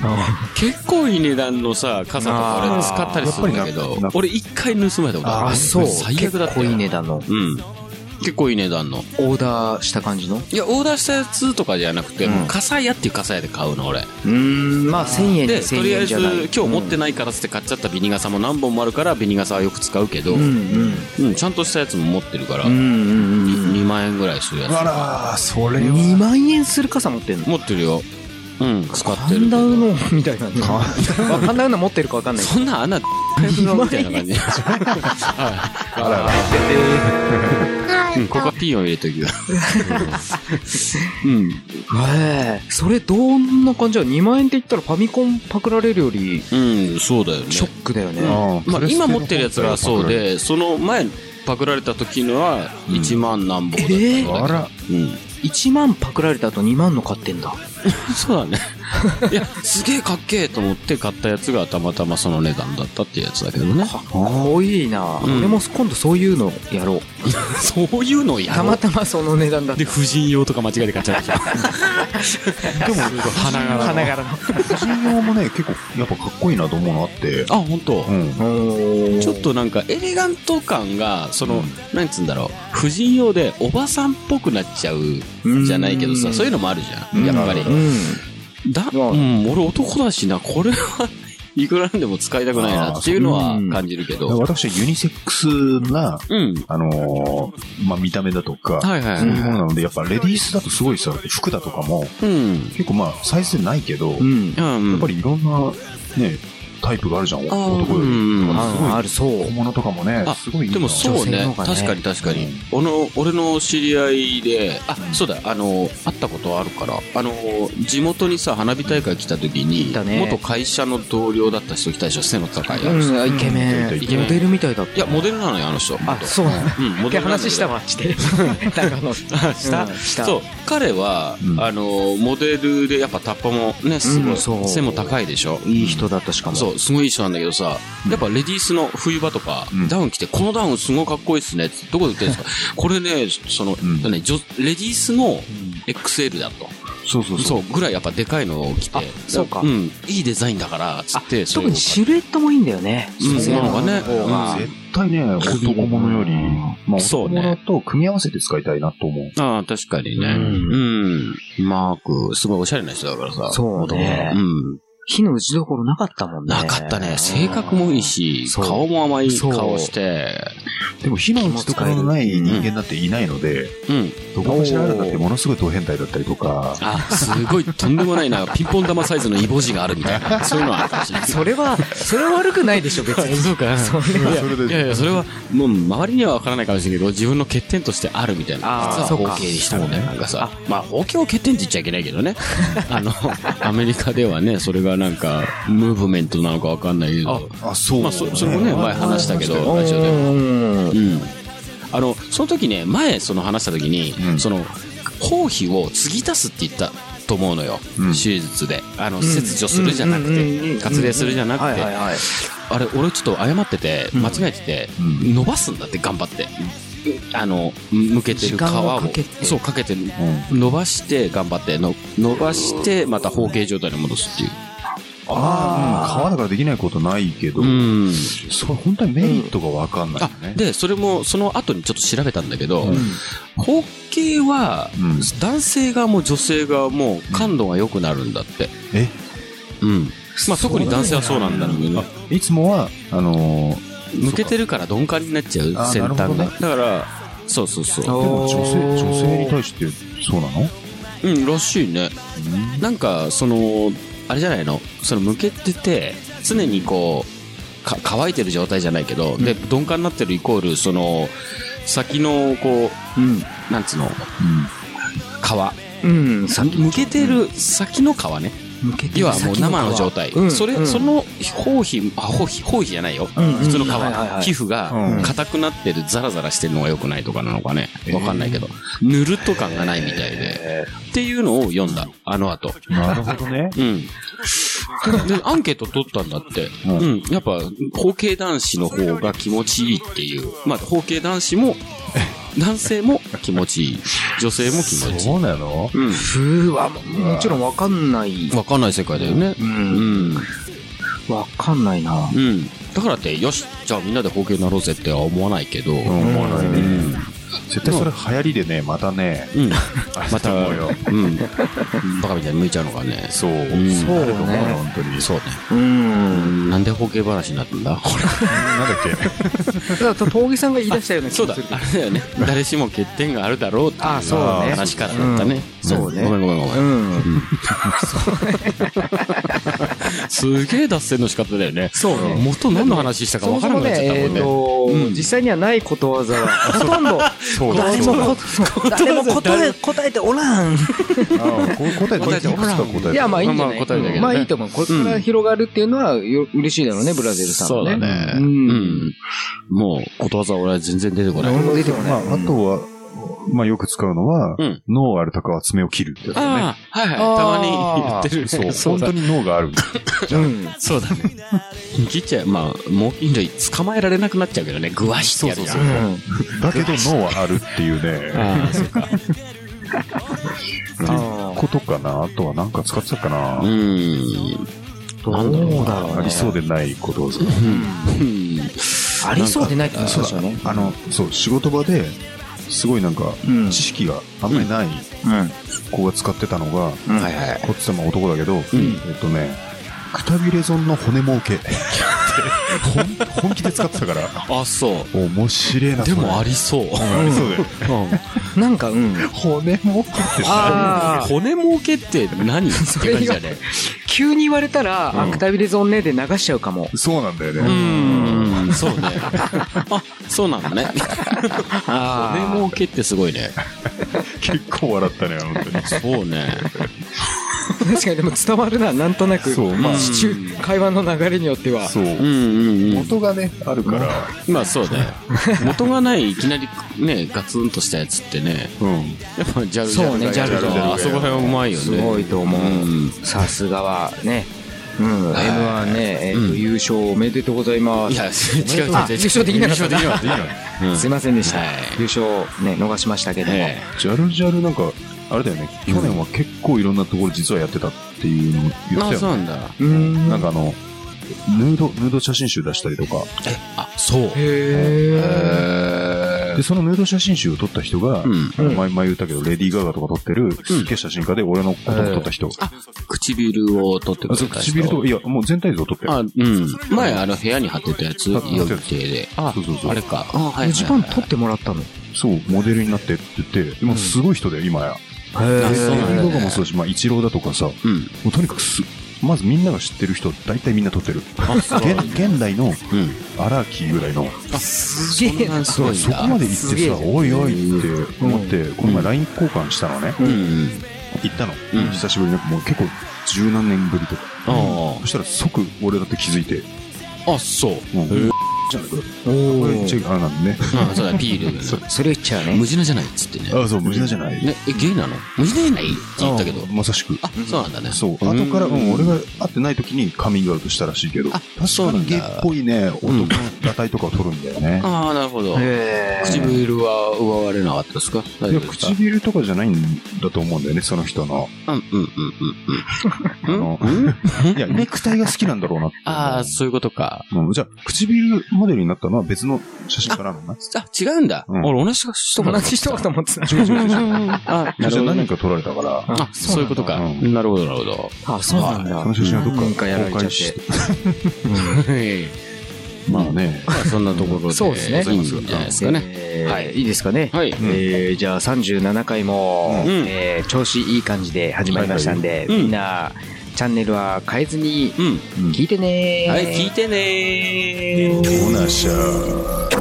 Speaker 5: 結構いい値段のさ、傘とか俺使ったりするんだけ
Speaker 4: あーやっ
Speaker 5: ど
Speaker 4: ぱりな、
Speaker 5: 俺一回盗まれたことある。
Speaker 3: あ、そう。
Speaker 5: 最悪だったよ
Speaker 3: 結構いい値段の。
Speaker 5: うん。結構いい値段の。
Speaker 3: オーダーした感じのう
Speaker 5: いや、オーダーしたやつとかじゃなくて、
Speaker 3: うん
Speaker 5: もう傘屋っていう傘屋で買うの、俺。
Speaker 3: ーん、まあ1000円
Speaker 5: で、
Speaker 3: で
Speaker 5: とりあえ
Speaker 3: 1000円
Speaker 5: ず
Speaker 3: じゃない。、
Speaker 5: 今日持ってないからっつって買っちゃったビニ傘も何本もあるから、ビニ傘はよく使うけど、
Speaker 3: う
Speaker 5: うん、
Speaker 3: ん
Speaker 5: ちゃんとしたやつも持ってるから、
Speaker 3: うん。うんうんうんうん。
Speaker 5: 2万円ぐらいするや
Speaker 4: あらー、それ
Speaker 3: 2万円する傘持ってん
Speaker 5: つ。
Speaker 3: の
Speaker 5: 持ってるよ。うん、使って
Speaker 3: 神
Speaker 5: るけ
Speaker 3: 田
Speaker 5: ど。
Speaker 3: うのみたいなね。神田うの持ってるかわかんないけど。
Speaker 5: そんな穴、早くなみたいな感じ。はい。あら うん、ここはピンを入れときよ。うん。
Speaker 3: へえ。それどんな感じだ ?2 万円って言ったらファミコンパクられるより、
Speaker 5: うん、そうだよね。
Speaker 3: ショックだよね。
Speaker 4: あー
Speaker 5: まあ、
Speaker 4: プレステ
Speaker 5: 今持
Speaker 4: の
Speaker 5: ってるやつがそう
Speaker 4: 本体
Speaker 5: で、その前、パクられた時のは、1万何本だった
Speaker 3: え
Speaker 5: ん
Speaker 4: あ
Speaker 5: だけど
Speaker 4: ら、
Speaker 5: うん。
Speaker 3: 1万パクられた後2万の買ってんだ。
Speaker 5: そうだね。 いや、すげえかっけえと思って買ったやつがたまたまその値段だったってやつだけどね。
Speaker 3: かっこいいな、
Speaker 5: うん
Speaker 3: 俺も今度そういうのやろう。
Speaker 5: そういうのや
Speaker 3: たまたまその値段だった。
Speaker 5: で、婦人用とか間違えて買っちゃうでしょ。でも、花柄の。
Speaker 3: 花柄の。
Speaker 4: 婦人用もね、結構やっぱかっこいいなと思うのあって。
Speaker 5: あ、本当。
Speaker 4: うん。
Speaker 5: ちょっとなんかエレガント感が、その、なんつうんだろう、婦人用でおばさんっぽくなっちゃうじゃないけど
Speaker 3: う
Speaker 5: さ、
Speaker 3: ん
Speaker 5: そういうのもあるじゃん、やっぱり
Speaker 4: う。
Speaker 3: うん。
Speaker 5: だ、
Speaker 3: まあ
Speaker 5: うん、俺男だしな、これは。いくらなんでも使いたくないなっていうのは感じるけど。
Speaker 4: 私はユニセックスな、
Speaker 5: うん。
Speaker 4: あのーまあ、見た目だとか、
Speaker 5: はいはいはい
Speaker 4: そういうものなので、やっぱレディースだとすごいさ、服だとかも、
Speaker 5: うん。
Speaker 4: 結構まあ、サイズでないけど、
Speaker 3: う
Speaker 4: や
Speaker 3: ん。
Speaker 5: うん。や
Speaker 4: っぱりいろんな、ね、タイプがあるじゃん、
Speaker 5: ー
Speaker 4: 男よ
Speaker 5: うん
Speaker 4: り。だからす
Speaker 3: あ
Speaker 4: ご
Speaker 3: あ
Speaker 4: い、
Speaker 3: る、そう
Speaker 4: 小。物とかもね
Speaker 5: あ、
Speaker 4: すごいいいな
Speaker 5: でもそうね
Speaker 3: 女性の方がね
Speaker 5: 確かに確かに、
Speaker 4: うん
Speaker 5: あの俺の知り合いであそうだあの会ったことあるからあの地元にさ花火大会来た時に
Speaker 3: 来たね
Speaker 5: 元会社の同僚だった人来たでしょ背の高いあの人、
Speaker 3: うん、イケメン。
Speaker 5: イケメン
Speaker 3: モデルみたいだった。
Speaker 5: いやモデルなのよあの人
Speaker 3: あ、そうなんだ。
Speaker 5: うんモ
Speaker 3: 一
Speaker 5: デ
Speaker 3: 回
Speaker 5: ルなんだけど
Speaker 3: 話したわ、して。中野。
Speaker 5: あした、
Speaker 3: うんした
Speaker 5: そう彼は、
Speaker 4: うん
Speaker 5: あのモデルでやっぱタッパもねすご
Speaker 3: う
Speaker 5: い、
Speaker 3: んそう
Speaker 5: 背も高いでしょ
Speaker 3: いい人だったしかも。
Speaker 5: そうすごいいい人なんだけどさやっぱレディースの冬場とか、
Speaker 4: うん
Speaker 5: ダウン着てこのダウンすごいかっこいいっすねってどこで売ってるんですかこれねその、
Speaker 4: ん
Speaker 5: ね女レディースの XL だと、
Speaker 4: そうそう
Speaker 5: そ
Speaker 4: そう
Speaker 5: ぐらいやっぱでかいのを着て
Speaker 3: あそうか
Speaker 5: ん、いいデザインだからつ
Speaker 3: あ
Speaker 5: ってそれ
Speaker 3: 特
Speaker 5: を
Speaker 3: にシルエットもいいんだよね。
Speaker 5: うん
Speaker 3: そう
Speaker 5: なんかね
Speaker 3: 方が
Speaker 4: う。絶対ね、男物より、まあ
Speaker 5: そ
Speaker 4: 男
Speaker 5: うね
Speaker 4: 物と組み合わせて使いたいなと思う。
Speaker 5: ああ、確かにね。うん。マーク、すごいおしゃれな人だからさ。
Speaker 3: そうね
Speaker 5: 男のうん。
Speaker 3: 火の打ちどころなかったもんね。
Speaker 5: なかったね。性格もいいし、
Speaker 3: そう
Speaker 5: 顔も甘い
Speaker 3: そう
Speaker 5: 顔して。
Speaker 4: でも火の打ち所のない人間だっていないので、
Speaker 5: うん。
Speaker 4: どこかしらあるんだってものすごい等変態だったりとか、
Speaker 5: あ、すごいとんでもないな。ピンポン玉サイズのイボジがあるみたいな。そういうのはあるかもしれない。
Speaker 3: それは、それは悪くないでしょ、別に。
Speaker 5: そうか。
Speaker 3: それは。
Speaker 4: れ
Speaker 5: いやいや、それは、もう、周りには分からないかもしれないけど、自分の欠点としてあるみたいな。
Speaker 3: あー
Speaker 5: 実は
Speaker 3: そう
Speaker 5: 包
Speaker 3: か
Speaker 5: 茎にしたみたいな。なんかさ
Speaker 3: そ、
Speaker 5: まあ、包茎を欠点って言っちゃいけないけ どね。あの、アメリカではね、それがなんか、ムーブメントなのか分かんないけど。
Speaker 4: あ、そう、
Speaker 5: まあ、そそれもね、前話したけど、ラジオでも。う
Speaker 3: うん
Speaker 5: ん、あのその時ね前その話した時に、
Speaker 4: うん
Speaker 5: その包皮を継ぎ足すって言ったと思うのよ、
Speaker 4: うん
Speaker 5: 手術であの切除するじゃなくて、割礼するじゃなくて、
Speaker 3: はいはいはい。
Speaker 5: あれ俺ちょっと誤ってて間違えてて、
Speaker 4: うん
Speaker 5: 伸ばすんだって頑張って。あの向けてる皮
Speaker 3: 時間
Speaker 5: を
Speaker 3: をかけて
Speaker 5: そうかけて、伸ばして頑張っての伸ばしてまた包茎状態に戻すっていう
Speaker 4: ああ、皮だからできないことないけど、
Speaker 5: うん
Speaker 4: それ本当にメリットがわかんないよ
Speaker 5: あ
Speaker 4: ね。
Speaker 5: でそれもその後にちょっと調べたんだけど、
Speaker 4: うん
Speaker 5: 包茎は
Speaker 4: うん
Speaker 5: 男性側も女性側も感度が良くなるんだって。
Speaker 4: え
Speaker 5: うん。まあ特に男性はそうなんだろうけど、
Speaker 4: いつもは、あのー
Speaker 5: 向けてるから鈍感になっちゃう
Speaker 4: あ、
Speaker 5: 先端が。
Speaker 4: なるほどね
Speaker 5: だから、そうそう
Speaker 4: で
Speaker 5: そ
Speaker 4: も女性、女性に対してそうなの
Speaker 5: う。うん、らしいね。なんか、その、あれじゃないのその向けてて、常にこう、か乾いてる状態じゃないけど、で、鈍感になってるイコール、その、先の、こ
Speaker 3: うん。
Speaker 5: う、なんつうの、皮。
Speaker 3: うん。さ
Speaker 5: 向けてる先の皮ね。
Speaker 3: 向けて
Speaker 5: 要はもう生の状態、それ、そ、の包皮あ包皮包皮じゃないよ、
Speaker 3: うん
Speaker 5: 普通の皮、
Speaker 3: はいはいはい
Speaker 5: 皮膚が硬くなってるザラザラしてるのが良くないとかなのかね
Speaker 4: うん
Speaker 5: わかんないけど、ぬるっと感がないみたいでっていうのを読んだあの後
Speaker 4: なるほどね。
Speaker 5: うんでアンケート取ったんだって、
Speaker 4: うん
Speaker 5: うん、やっぱ包茎男子の方が気持ちいいっていうまあ包茎男子も男性も気持ちいい女性も気持ち いい
Speaker 4: そうなの
Speaker 5: うん
Speaker 3: ふわ、もちろんわかんない。
Speaker 5: わかんない世界だよね
Speaker 3: う。
Speaker 5: うんん
Speaker 3: わかんないな。
Speaker 5: うん、だからってよしじゃあみんなで包茎になろうぜっては思わないけど、うん
Speaker 4: 思わないね
Speaker 5: うん
Speaker 4: 絶対それ流行りでね、またね、
Speaker 5: また、
Speaker 4: 思うよ
Speaker 5: うん、バカみたいに向いちゃうのがね
Speaker 4: そう。
Speaker 5: ん
Speaker 4: そうだと思う
Speaker 3: ね
Speaker 4: よ本当に。
Speaker 5: そうね、
Speaker 3: うん。
Speaker 5: なんで包茎話になったんだ
Speaker 4: なんだっけ
Speaker 3: だから、峠さんが言い出したような気
Speaker 5: そう
Speaker 3: が
Speaker 5: だ
Speaker 3: する。
Speaker 5: あれだよね 誰しも欠点があるだろうっていう
Speaker 3: あそうね
Speaker 5: 話からだったね、
Speaker 3: うんそうね
Speaker 5: ごめんごめんごめん、
Speaker 3: うん。
Speaker 5: すげえ脱線の仕方だよね
Speaker 3: そうね。
Speaker 5: 元何の話したか
Speaker 3: そ
Speaker 5: 分
Speaker 3: も
Speaker 5: か
Speaker 3: そ
Speaker 5: ら
Speaker 3: も
Speaker 5: なくなっちゃった
Speaker 3: ね、え
Speaker 5: もん
Speaker 3: っ
Speaker 5: ね
Speaker 3: と
Speaker 5: うん、
Speaker 3: 実際にはないことわざは、ほとんど、
Speaker 4: そうだ
Speaker 3: 誰
Speaker 4: そうだ
Speaker 3: もこ、そう誰も答え、答えておらん。
Speaker 4: ああこ答え、こいついくつか答え
Speaker 3: いや、まあいいんじゃ
Speaker 5: まあ
Speaker 3: な
Speaker 5: まあ答えだけどね
Speaker 3: いまあいいと思う。これから広がるっていうのは、よ嬉しいだろうね、ブラジルさん
Speaker 5: そう
Speaker 3: は
Speaker 5: だ
Speaker 3: ね。
Speaker 5: ね
Speaker 3: う
Speaker 5: うん
Speaker 3: ん、
Speaker 5: もうことわざ俺は全然出てこない、
Speaker 3: 俺も出てこ
Speaker 4: ま
Speaker 3: ない。
Speaker 4: あ、あとは、まあ、よく使うのは、
Speaker 5: うん
Speaker 4: 脳があるとかは爪を切るってやつだね。
Speaker 5: ああはいはいたまに言ってる
Speaker 4: そ う、
Speaker 5: そう
Speaker 4: 本
Speaker 5: だ
Speaker 4: 当に脳があるんだ。
Speaker 3: うん。
Speaker 5: そうだね。切っちゃえ、まあ、猛禽類捕まえられなくなっちゃうけどね、グワシってやるじゃん。
Speaker 4: だけど脳はあるっていうね、
Speaker 5: ああ、そうか。
Speaker 3: あー
Speaker 4: ことかな。あとはなんか使ってたか
Speaker 5: う
Speaker 4: な。
Speaker 5: ーん。なんだろう
Speaker 3: どうだろうね
Speaker 4: ありそうでないことをさ。
Speaker 5: うん
Speaker 3: ありそうでないってこと
Speaker 4: そう
Speaker 3: ですよ
Speaker 4: だ
Speaker 3: ね。
Speaker 4: あの、そう、仕事場で、すごいなんか、
Speaker 3: うん
Speaker 4: 知識があんまりない子が使ってたのが、
Speaker 3: うん
Speaker 5: はいはい。
Speaker 4: こっち様男だけど、
Speaker 5: ん
Speaker 4: えっとね、くたびれ損の骨儲け。 ほん本気で使ってたから。
Speaker 5: あ、そ
Speaker 4: 面白いな
Speaker 5: う。で
Speaker 4: それ
Speaker 5: もありそう。
Speaker 4: ありそうだよ
Speaker 3: なんか、うん。
Speaker 4: 骨儲けって
Speaker 3: ああ、
Speaker 5: 骨儲けって何 それ
Speaker 3: れが
Speaker 5: じだね。
Speaker 3: 急に言われたら、あくたびれゾンネで流しちゃうかも。
Speaker 4: そうなんだよね、
Speaker 5: うーん、そうね。あ、そうなんだね。骨
Speaker 3: あ
Speaker 5: 儲けってすごいね。
Speaker 4: 結構笑ったね本当に
Speaker 5: そうね。
Speaker 3: 確かにでも伝わるななんとなく
Speaker 4: そうまあ
Speaker 3: シチュー会話の流れによっては
Speaker 4: そう、
Speaker 5: うんうんうん。
Speaker 4: 元がねあるから、
Speaker 5: まあそうね。元がない、いきなりね、ガツンとしたやつってね、
Speaker 4: うん、
Speaker 5: やっぱジャルジャルがやる
Speaker 3: そうねジャルジャルがや
Speaker 5: から
Speaker 3: る
Speaker 5: あそこら辺うまいよね。
Speaker 3: すごいと思うんさすがはねうん、m 1ね、えーと
Speaker 5: うん
Speaker 3: 優勝おめでとうございます
Speaker 5: いや、違う違う違う。
Speaker 3: あ優勝できなかった
Speaker 5: 優勝できなかったうん
Speaker 3: すいませんでした、
Speaker 5: はい
Speaker 3: 優勝ね逃しましたけども、
Speaker 5: え
Speaker 4: ジャルジャルなんかあれだよね去年は結構いろんなところ実はやってたっていうのを
Speaker 5: え
Speaker 4: 言っ
Speaker 5: あ、
Speaker 4: て
Speaker 5: そ
Speaker 4: た
Speaker 5: うな
Speaker 4: よね
Speaker 5: んだ。
Speaker 3: うーん
Speaker 4: なんかあのヌードヌード写真集出したりとか
Speaker 5: あ、そう。
Speaker 3: へえ
Speaker 5: え
Speaker 4: でそのヌード写真集を撮った人が、
Speaker 5: うん
Speaker 4: あの前前言ったけどレディー・ガガとか撮ってるすっげえ写真家で俺のことも撮った人、
Speaker 5: あ、唇を取ってく
Speaker 4: あ
Speaker 5: れ
Speaker 4: そう
Speaker 5: た人
Speaker 4: 唇といやもう全体像撮ってる
Speaker 5: あ、うん。前、あの、部屋に貼ってたやつ、
Speaker 4: 貼
Speaker 5: 予
Speaker 4: ってたやつ
Speaker 5: 定で。あ
Speaker 4: そうそうそう
Speaker 5: あれか。あ、はいはいはい。
Speaker 3: 時間取ってもらったのへ
Speaker 4: そうモデルになってって言ってでもすごい人だよ今や
Speaker 5: あそうなんだ
Speaker 4: レディー・ガガもそうだし、まあ、イチローだとかさも
Speaker 5: うん。
Speaker 4: うとにかくすまずみんなが知ってる人大体みんな撮ってる現現代の
Speaker 5: うん。
Speaker 4: 荒木ぐらいの
Speaker 5: あ、す
Speaker 3: げえな
Speaker 5: そ
Speaker 4: そ
Speaker 5: ん
Speaker 4: う
Speaker 5: なすご
Speaker 4: そ
Speaker 5: い
Speaker 4: こ
Speaker 5: ん
Speaker 4: ま
Speaker 5: だ。
Speaker 4: で行ってさ、おいおいって思って、この前 LINE 交換したのね、
Speaker 5: うんうん。
Speaker 4: 行ったの、
Speaker 5: うん
Speaker 4: 久しぶりにもう結構十何年ぶりとか、
Speaker 5: あ
Speaker 4: そしたら即俺だって気づいて、
Speaker 5: あ。あ、そう。
Speaker 4: もう、
Speaker 5: へ
Speaker 4: じゃなくて、これチェックあれなんでね。
Speaker 5: あそうだ、ピールだね。
Speaker 3: それ言っちゃうね
Speaker 5: 無地なじゃないっつってね。
Speaker 4: あそう、無駄じゃない。
Speaker 5: ね、え、ゲイなの無地でないって言ったけど
Speaker 4: あ。まさしく。
Speaker 5: あ、そうなんだね。
Speaker 4: そう、後から、うんん、俺が会ってない時にカミングアウトしたらしいけど、
Speaker 5: あ
Speaker 4: 確
Speaker 5: そう
Speaker 4: か
Speaker 5: な
Speaker 4: に
Speaker 5: んだ
Speaker 4: ゲイっぽいね、男の裸体とかを撮るんだよね。
Speaker 5: ああ、なるほど。
Speaker 3: へえ
Speaker 5: 唇は奪われなかったですか大
Speaker 4: い
Speaker 5: 丈夫で
Speaker 4: や、
Speaker 5: すか
Speaker 4: 唇とかじゃないんだと思うんだよね、その人の。
Speaker 5: うんうんうん
Speaker 4: あ
Speaker 5: うんうん。
Speaker 4: の、いや、肉体が好きなんだろうなって。
Speaker 5: ああ、そういうことか。
Speaker 4: うん、じゃあ、唇モデルになったのは別の写真家なのね。
Speaker 5: あ、違うんだ。
Speaker 4: うん
Speaker 5: 俺、同じ人か
Speaker 3: 同
Speaker 5: な
Speaker 3: じ人かと思ってた
Speaker 4: 違う違う違う。
Speaker 5: あ、な
Speaker 4: 写
Speaker 5: るほど
Speaker 4: 真何
Speaker 5: ね。
Speaker 4: 人か撮られたから、
Speaker 5: あ、そういうことか。
Speaker 4: う
Speaker 5: なるほど、なるほど。
Speaker 3: あそうなんだ
Speaker 4: その写真はどっか
Speaker 3: なんかやられ
Speaker 4: 公
Speaker 3: ちゃっ
Speaker 4: 開してて。
Speaker 5: ま
Speaker 4: ま
Speaker 5: あ
Speaker 4: あね。
Speaker 5: まあ、そんなところで。
Speaker 3: そうですね
Speaker 5: いいんじゃないですかね。
Speaker 3: えー
Speaker 5: はい
Speaker 3: いいですかね、
Speaker 5: はい。
Speaker 3: えーじゃあ37回も、
Speaker 5: うん
Speaker 3: えー調子いい感じで始まりましたんで、
Speaker 5: うん
Speaker 3: みんなチャンネルは変えずに
Speaker 5: うん。
Speaker 3: 聞いてねー
Speaker 5: はい、聞いてねー。
Speaker 4: オナシャー。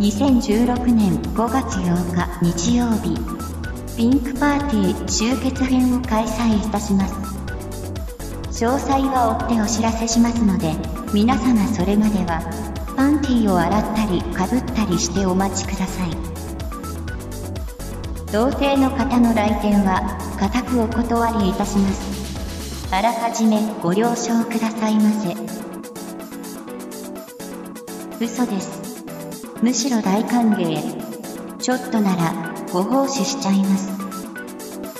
Speaker 8: 2016年5月8日日曜日ピンクパーティー集結編を開催いたします詳細は追ってお知らせしますので皆様それまではパンティーを洗ったりかぶったりしてお待ちください同性の方の来店は固くお断りいたしますあらかじめご了承くださいませ嘘ですむしろ大歓迎ちょっとならご奉仕しちゃいます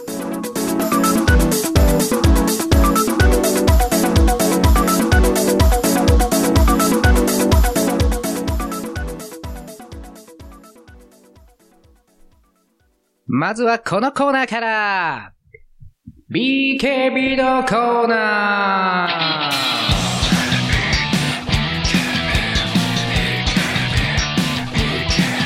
Speaker 3: まずはこのコーナーから !BKB のコーナー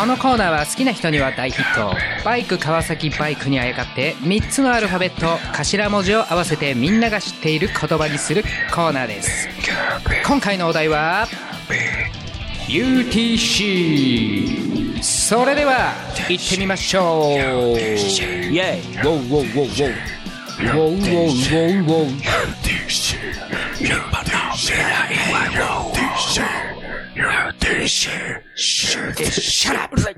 Speaker 3: このコーナーは好きな人には大ヒットバイク川崎バイクにあやかって3つのアルファベット頭文字を合わせてみんなが知っている言葉にするコーナーです今回のお題は UTC それでは行ってみましょう
Speaker 5: イェイウォウウォウウォウウォウ
Speaker 3: ウォウウォウウォウウォウ
Speaker 5: は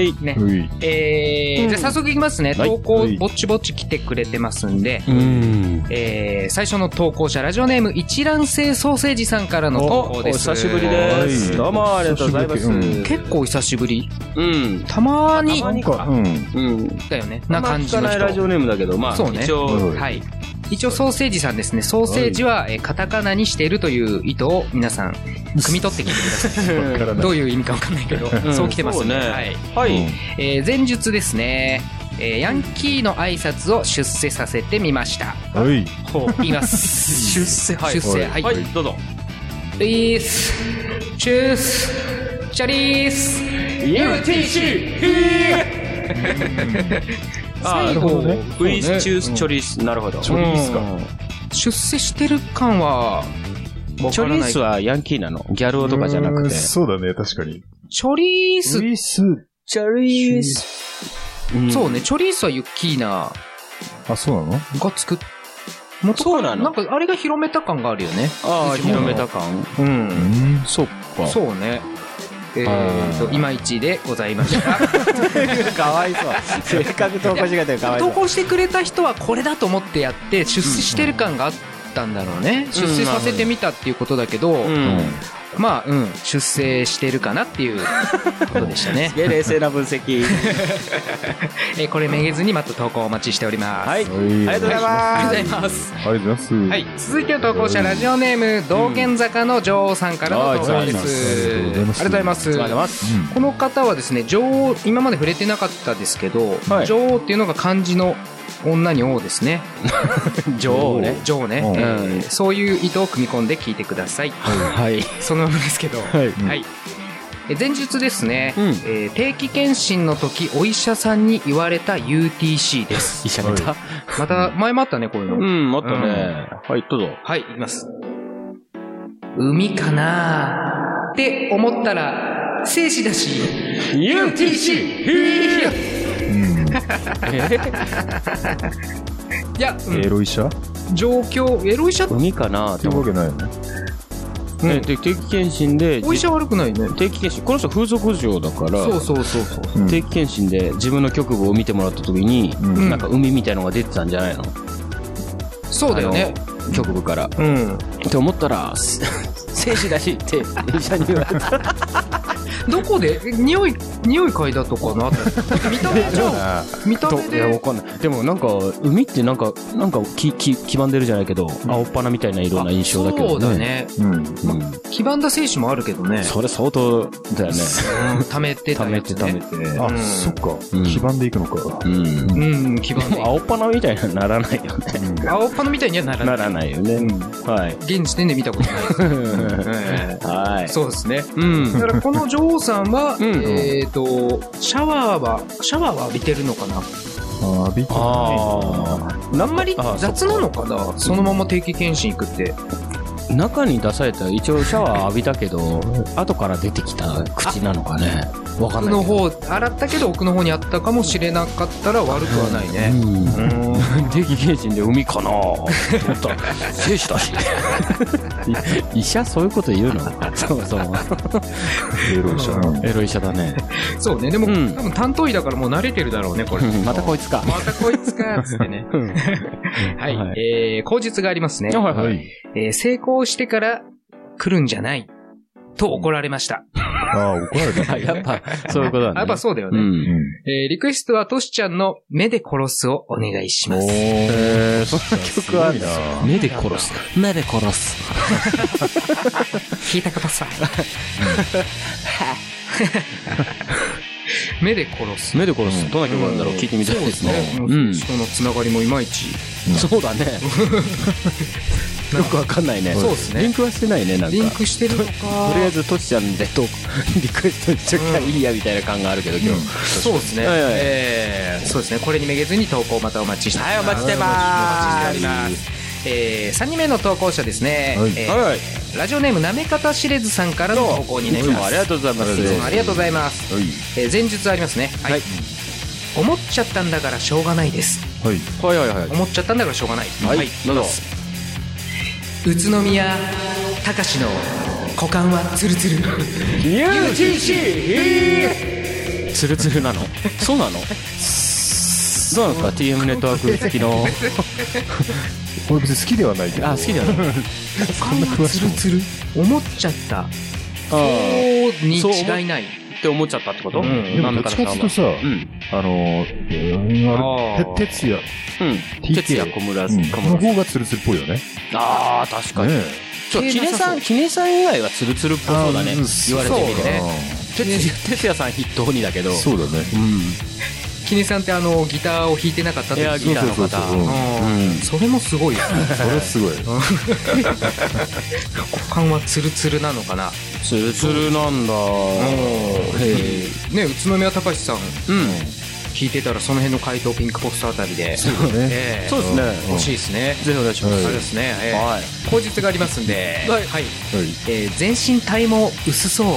Speaker 5: い。
Speaker 3: ね
Speaker 4: うい。
Speaker 3: えー、じゃあ早速いきますね、
Speaker 5: はい
Speaker 3: 投稿
Speaker 4: はい
Speaker 3: ぼちぼち来てくれてますんで、
Speaker 5: うん。
Speaker 3: えー、最初の投稿者ラジオネーム一卵性ソーセージさんからの投稿です
Speaker 4: すどうもありがとうございます
Speaker 3: 結構久しぶり
Speaker 5: うん。
Speaker 3: たまに
Speaker 5: たまに
Speaker 4: か、うん。
Speaker 5: うん。
Speaker 3: だよね
Speaker 5: あ
Speaker 3: なん
Speaker 5: ま
Speaker 3: 感
Speaker 5: 聞
Speaker 3: じ
Speaker 5: か
Speaker 3: の
Speaker 5: ないラジ
Speaker 3: 人
Speaker 5: オネームだけど、ま
Speaker 3: そう
Speaker 5: あ、
Speaker 3: ね
Speaker 5: 一応、
Speaker 4: はい
Speaker 3: はい一応ソーセージさんですねソーセージはえーカタカナにしているという意図を皆さん汲み取って聞いてください
Speaker 4: か らない
Speaker 3: どういう意味かわかんないけど、 そう来てます
Speaker 5: そう
Speaker 3: ね。
Speaker 5: ね
Speaker 3: はい。
Speaker 5: はい、
Speaker 4: うん
Speaker 3: えー前述ですね。えーヤンキーの挨拶を出世させてみました。
Speaker 4: はい
Speaker 3: 言います。 出世、はい。出世、はい。
Speaker 5: はい、どうぞ
Speaker 3: リース、チュース、チャリース、UTC!
Speaker 5: あ
Speaker 3: 最後、
Speaker 5: ーウイスチュースチョリス、なるほどチ
Speaker 3: リースか。出世してる感は、
Speaker 5: ョリスはヤンキーなのギャル男とかじゃな
Speaker 4: う
Speaker 5: く
Speaker 4: ーん
Speaker 5: て
Speaker 4: そうだね、確かに。
Speaker 3: チョリース、
Speaker 4: リス。
Speaker 5: チョリス
Speaker 3: そうね、チョリースはユッキーナ
Speaker 4: あ、そうなの
Speaker 3: が作っ、元から
Speaker 5: そうなの
Speaker 3: なんかあれが広めた感があるよね。
Speaker 5: ああ
Speaker 3: 自分の
Speaker 5: 広めた感
Speaker 3: うん。
Speaker 4: うん。
Speaker 5: そっか
Speaker 3: そうね。えーと、いまいちでございました。
Speaker 9: かわいそう。せっかく投稿してくれたらかわいそ
Speaker 3: 投
Speaker 9: う。
Speaker 3: 稿してくれた人はこれだと思ってやって、出世してる感があったんだろうね。出世させてみたっていうことだけど、
Speaker 5: うん
Speaker 3: まあ、うん、出世してるかなっていうことでし
Speaker 9: 。
Speaker 3: たね
Speaker 9: げえ冷静な分析。
Speaker 3: えーこれめげずにまた投稿お待ちしております。
Speaker 9: はい。あり
Speaker 4: はい。
Speaker 9: がとうござい
Speaker 3: ありが
Speaker 9: ま
Speaker 3: とうございます。
Speaker 4: ありがとうございます。
Speaker 3: はい、続いての投稿者、ラジオネーム、道玄坂の女王さんからの投稿で
Speaker 4: ありがとうございます
Speaker 3: す。ありがとうございます。
Speaker 9: す。
Speaker 3: この方はですね女王今まで触れてなかったですけど、女王っていうのが漢字の女に王ですね女王ね 女王ね、
Speaker 4: うん
Speaker 3: えーそういう意図を組み込んで聞いてください、
Speaker 5: はい
Speaker 3: そのままですけど、はいえ前述ですね、
Speaker 5: うん
Speaker 3: えー定期検診の時お医者さんに言われた UTC です
Speaker 5: 医者ネタ
Speaker 3: また前もあったねこういうの、
Speaker 5: うんあったねはいどうぞ
Speaker 3: はいいきます海かなーって思ったら精子だし UTC! いや、 うん
Speaker 4: エロ医者っ
Speaker 3: 状況、エロ医者って
Speaker 5: 海かなって
Speaker 4: て
Speaker 5: 思
Speaker 4: わ
Speaker 5: っ
Speaker 4: けないよね。
Speaker 5: て、ねで定期検診で
Speaker 3: お医者悪くないね。
Speaker 5: 定期検診この人風俗嬢だから
Speaker 3: そうそうそうそう。
Speaker 4: うん
Speaker 5: 定期検診で自分の局部を見てもらった時に、
Speaker 4: うん
Speaker 5: なんか海みたいのが出てたんじゃないの
Speaker 3: そうだよね。
Speaker 5: あの局部から、
Speaker 3: うん。
Speaker 5: って思ったらす精子だしって医者に言われた
Speaker 3: どこでえ匂い、匂い嗅いだとか なだって見た目じゃん。
Speaker 4: あ
Speaker 3: 見た
Speaker 5: と
Speaker 3: 目
Speaker 5: いやわ
Speaker 3: で。
Speaker 5: かんないでもなんか海ってなんかなんかきき黄ばんでるじゃないけど、青っ鼻みたいな色な印象だけ
Speaker 3: そ
Speaker 5: ど
Speaker 3: うだね。
Speaker 4: うん。
Speaker 5: うん
Speaker 3: 黄ばんだ精子もあるけどね。
Speaker 5: それ相当だよね
Speaker 3: うん溜めて
Speaker 5: 溜
Speaker 3: た
Speaker 5: め
Speaker 3: や
Speaker 5: て
Speaker 3: つ
Speaker 5: 溜め
Speaker 3: ね。
Speaker 5: て、
Speaker 4: あ、
Speaker 3: うん
Speaker 4: そっか
Speaker 5: うん。
Speaker 4: 基盤でいくのか。
Speaker 5: うん
Speaker 3: うん、黄ばん
Speaker 5: で
Speaker 3: で
Speaker 5: も。青っ鼻みたいにはならないよね
Speaker 3: 青っ鼻みたいにはならな。
Speaker 5: ないらないよね、はい
Speaker 3: 現時点で見たことないです。え
Speaker 5: はい
Speaker 3: えそうですね。
Speaker 5: うん
Speaker 3: だからこの女王さんは、
Speaker 5: ん
Speaker 3: えっと、シャワーは、シャワーは浴びてるのかな
Speaker 4: ああ、ビッ
Speaker 5: あ
Speaker 3: あんまり
Speaker 5: あ
Speaker 3: 雑なのかなそのまま定期検診行くって。
Speaker 5: あ中に出された一応シャワー浴びたけど後から出てきた口なのかねわかん
Speaker 3: 奥
Speaker 5: ない
Speaker 3: の
Speaker 5: けど
Speaker 3: 方、洗ったけど奥の方にあったかもしれなかったら悪くはないね。
Speaker 5: うん定期検診で海か なって思ったら精子だし 医者そういうこと言うのそもそも
Speaker 4: エロ医者なの。
Speaker 5: エロ医者だね
Speaker 3: そうね。でも、
Speaker 5: うん
Speaker 3: 多分担当医だからもう慣れてるだろうね、これ。
Speaker 5: またこいつか
Speaker 3: またこいつか、つってね。は い。
Speaker 5: は
Speaker 3: えー、口実がありますね。
Speaker 5: はいはい
Speaker 4: い。
Speaker 3: えー成功してから来るんじゃない。と怒られました。
Speaker 4: ああ、怒られた。
Speaker 5: あ やっぱそういうことなんだね
Speaker 3: やっぱそうだよね。
Speaker 5: ん
Speaker 3: えーリクエストはトシちゃんの目で殺すをお願いします。
Speaker 4: えそんな曲あるな。
Speaker 5: 目で殺す目で殺す
Speaker 3: 聞いたことさ。目で殺す。
Speaker 5: 目で殺すどんな曲なんだろう聞いてみたいですね
Speaker 3: そう
Speaker 5: うん
Speaker 3: そのつながりもいまいち。
Speaker 5: そうだねよくわかんないね
Speaker 3: そうですね
Speaker 5: リンクはしてないねなんか
Speaker 3: リンクしてるのか。
Speaker 5: とりあえずトシちゃんでとリクエストにしときゃいいやみたいな感があるけど今日
Speaker 3: そうですね。
Speaker 5: はいはい
Speaker 3: えーそうですね。これにめげずに投稿またお待ちしております。はい、お
Speaker 9: 待ちしてま
Speaker 3: 待ちしております。え3人目の投稿者ですね。
Speaker 4: はい
Speaker 3: えー
Speaker 5: はい
Speaker 3: ラジオネームなめかたしれずさんからの投稿になり
Speaker 5: いつ
Speaker 3: ま
Speaker 5: も
Speaker 3: す。
Speaker 5: ありがとうございます
Speaker 3: いつもありがとうございます。
Speaker 4: はい。
Speaker 3: えー前述ありますね、はい
Speaker 5: はい
Speaker 3: 思っちゃったんだからしょうがないです
Speaker 4: はい。
Speaker 5: はいはいはい
Speaker 3: 思っちゃったんだからしょうがない、
Speaker 5: はい、どうぞ
Speaker 3: 宇都宮隆の股間はツルツル UTC
Speaker 5: ツルツルなのそうなのどうなんですか TM ネットワーク付きの
Speaker 4: 俺別に好きではないけど。
Speaker 5: あ好きだよね
Speaker 3: 股間はツルツル思っちゃった
Speaker 5: あー
Speaker 3: そうに
Speaker 5: そう思っ
Speaker 3: 違いない
Speaker 5: って思っちゃったってこと、
Speaker 4: でもどっちかっていうとさ、
Speaker 5: うん
Speaker 4: あの、うんあれ
Speaker 5: あー
Speaker 4: て哲也。
Speaker 5: うん
Speaker 4: TK
Speaker 5: 哲也小村
Speaker 4: うん
Speaker 5: 小
Speaker 4: の
Speaker 5: 村
Speaker 4: 方がツルツルっぽいよね。
Speaker 5: ああ確かに、
Speaker 4: ね
Speaker 5: そう
Speaker 3: 係
Speaker 5: ヒ
Speaker 3: な
Speaker 5: ネさんヒネさん以外はツルツルっぽそうだね
Speaker 4: あーうん
Speaker 5: 言われてみ
Speaker 3: そう
Speaker 5: る
Speaker 3: だ
Speaker 5: ね
Speaker 3: ね
Speaker 5: 哲也さん筆頭にだけど
Speaker 4: そうだね。
Speaker 3: キネさんってあのギターを弾いてなかったと
Speaker 5: エアギターの
Speaker 4: そうそうそ
Speaker 5: 方
Speaker 4: う
Speaker 3: うんそれもすごいよね
Speaker 4: それすごい。
Speaker 3: 股間はツルツルなのかな
Speaker 5: ツルツルなんだへえ
Speaker 3: ね宇都宮隆さん聞いてたらその辺の回答ピンクポストあたりで
Speaker 4: そうだね。
Speaker 3: ええ
Speaker 5: そうですね
Speaker 3: 欲しいですね
Speaker 5: ぜひお願いしま
Speaker 3: あ
Speaker 5: す
Speaker 3: れですねええ
Speaker 5: はい
Speaker 3: 口実がありますんで
Speaker 5: は
Speaker 3: はいい
Speaker 4: はい。
Speaker 3: えー全身体毛薄そう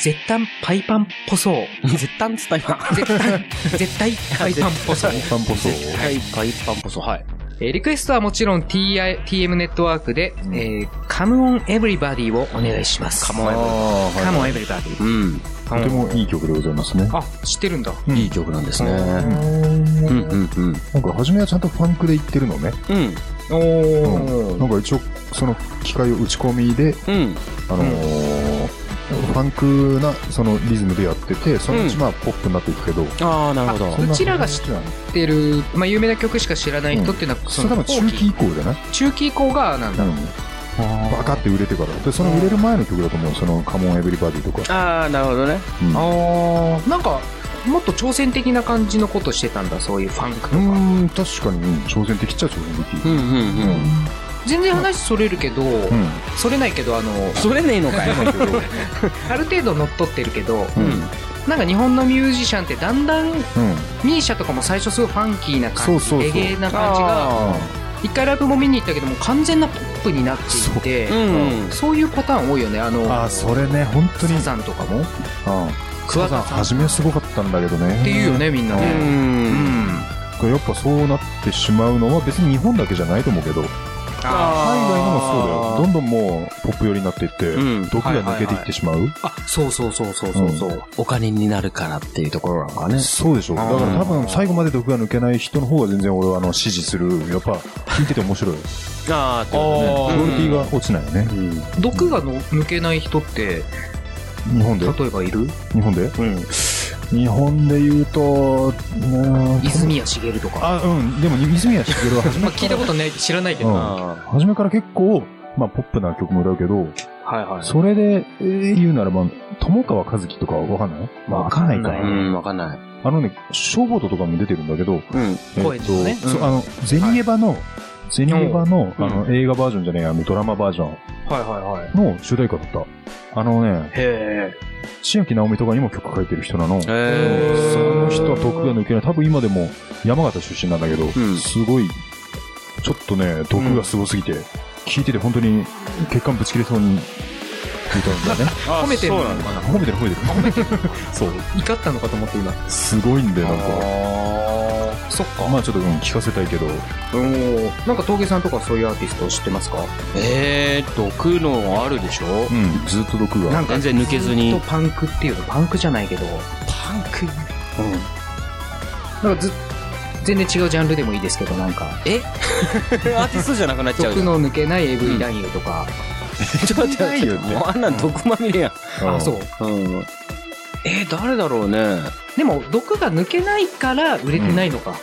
Speaker 3: 絶対パイパンっぽ そう
Speaker 5: 絶対伝えま
Speaker 3: 絶対絶対パイパンっぽそう
Speaker 4: 散歩そう。
Speaker 5: はいパイパンポソはい
Speaker 3: えーリクエストはもちろん TI TM ネットワークで、えーカムオンエブリバディをお願いします。カモ
Speaker 5: あ
Speaker 3: カモンエブリバディ。
Speaker 5: うん
Speaker 3: カ
Speaker 4: とて
Speaker 3: モン
Speaker 4: もいい曲でございますね。
Speaker 3: あ、知ってるんだ。
Speaker 4: うん
Speaker 5: いい曲なんですね
Speaker 4: うん
Speaker 5: うんうんうん
Speaker 4: なんか初めはちゃんとファンクで言ってるのね。
Speaker 5: うん
Speaker 4: うんなんか一応、その機械を打ち込みで、
Speaker 5: うん
Speaker 4: あのー、ファンクなそのリズムでやってて、そのうち
Speaker 5: うん
Speaker 4: まあポップになっていくけど、
Speaker 5: ああなるほど
Speaker 4: そんな
Speaker 3: うちらが知っ
Speaker 4: そんな
Speaker 3: 知ってる、まあ、有名な曲しか知らない人っていうのは、
Speaker 4: それ多分中期以降じゃない
Speaker 3: 中期以降がなんだ。
Speaker 4: うんバカって売れてから。で、その売れる前の曲だと思う。そのカモンエブリバディとか。
Speaker 5: ああなるほどね
Speaker 4: うん
Speaker 3: あーなんか、もっと挑戦的な感じのことしてたんだ、そういうファンクと
Speaker 4: う
Speaker 3: か。
Speaker 4: ーん、確かに、うん挑戦的っちゃ挑戦的。
Speaker 5: うんうんうん
Speaker 3: 全然話それるけど、
Speaker 4: うん。
Speaker 3: それないけど、あの、
Speaker 5: それねえのかよ
Speaker 3: ある程度乗っ取ってるけど、
Speaker 4: うん。
Speaker 3: なんか日本のミュージシャンってだんだん
Speaker 4: うん。
Speaker 3: ミーシャとかも最初すごいファンキーな感じ
Speaker 4: そうそうそう
Speaker 3: レゲエな感じが
Speaker 4: あ
Speaker 3: 一回ライブも見に行ったけども完全なポップになっていて
Speaker 5: そううん
Speaker 3: そういうパターン多いよねあの
Speaker 4: ーあー、それね、本当に
Speaker 3: サ。ザンとかも
Speaker 4: うん
Speaker 3: クワ
Speaker 4: サザン
Speaker 3: タさんっ
Speaker 4: 初めはすごかったんだけどね。
Speaker 3: ていうよ。ねみんな
Speaker 5: う
Speaker 3: ねうんん
Speaker 4: やっぱそうなってしまうのは別に日本だけじゃないと思うけど、海
Speaker 3: あ
Speaker 4: 外のもそうだよ。どんどんもうポップ寄りになっていって、
Speaker 5: うん
Speaker 4: 毒が抜けていってしまう。
Speaker 3: ーあそうそうそうそうそうそう
Speaker 5: お金になるからっていうところなのかね
Speaker 4: そうでしょう。だから多分最後まで毒が抜けない人の方が全然俺はあの支持する。やっぱ聞いてて面白い。
Speaker 5: ああって
Speaker 4: ク
Speaker 5: こ
Speaker 4: オリティが落ちないよね。
Speaker 5: とねうん
Speaker 3: 毒がの抜けない人って
Speaker 4: 日本で
Speaker 3: 例えばいる
Speaker 4: 日本で日本で言うと、うーん
Speaker 3: 泉谷しげるとか
Speaker 4: あ、うん。でも泉谷しげるは初 め
Speaker 3: まあ聞いたことない知らないけど
Speaker 4: うん
Speaker 3: は
Speaker 5: あ
Speaker 4: 初めから結構、まあ、ポップな曲も歌うけど、
Speaker 3: いは
Speaker 4: それで、えー言うならば、友川一樹とかはわかんないまあ、わかんないか
Speaker 5: あ
Speaker 3: う
Speaker 5: う
Speaker 3: わ
Speaker 5: んわかんない
Speaker 4: あのね、ショーボートとかも出てるんだけど、
Speaker 5: うん
Speaker 3: 声とかね
Speaker 4: そう
Speaker 3: うん
Speaker 4: あの、ゼニエバの、ゼニエバの、
Speaker 5: うん
Speaker 4: あの、映画バージョンじゃねえ、あの、ドラマバージョン
Speaker 3: はいはいはい
Speaker 4: の主題歌だった。あのね、
Speaker 3: へえ
Speaker 4: 新垣直美とかにも曲書いてる人なの。そ
Speaker 5: へえ
Speaker 4: の人は毒が抜けない。多分今でも山形出身なんだけど、
Speaker 5: ん
Speaker 4: すごい、ちょっとね、毒がすごすぎて、聞いてて本当に血管ぶち切れそうに歌うんだよね。
Speaker 3: 褒めてるの
Speaker 5: そうなんだ
Speaker 3: かな
Speaker 4: 褒めてる褒めてる褒めてる そう
Speaker 3: 怒ったのかと思って今
Speaker 4: すごいんだよなんか
Speaker 3: そっか
Speaker 4: まあちょっと、うん、聞かせたいけど
Speaker 3: うんなんか峠さんとかそういうアーティスト知ってますか
Speaker 5: えー毒のあるでし ょ
Speaker 4: うんずっと毒が
Speaker 5: 全然抜けずに
Speaker 3: ずっとパンクっていうのパンクじゃないけど
Speaker 5: パンク
Speaker 3: なんかず全然違うジャンルでもいいですけどなんか
Speaker 5: えアーティストじゃなくなっちゃう
Speaker 3: 毒
Speaker 5: じゃん
Speaker 3: の抜けない AV 男優とか、
Speaker 5: ちょっと待って
Speaker 4: ないよ ね
Speaker 5: もうあんなん毒まみれやん
Speaker 3: あそう
Speaker 5: うんえー誰だろうね
Speaker 3: でも毒が抜けないから売れてないのか、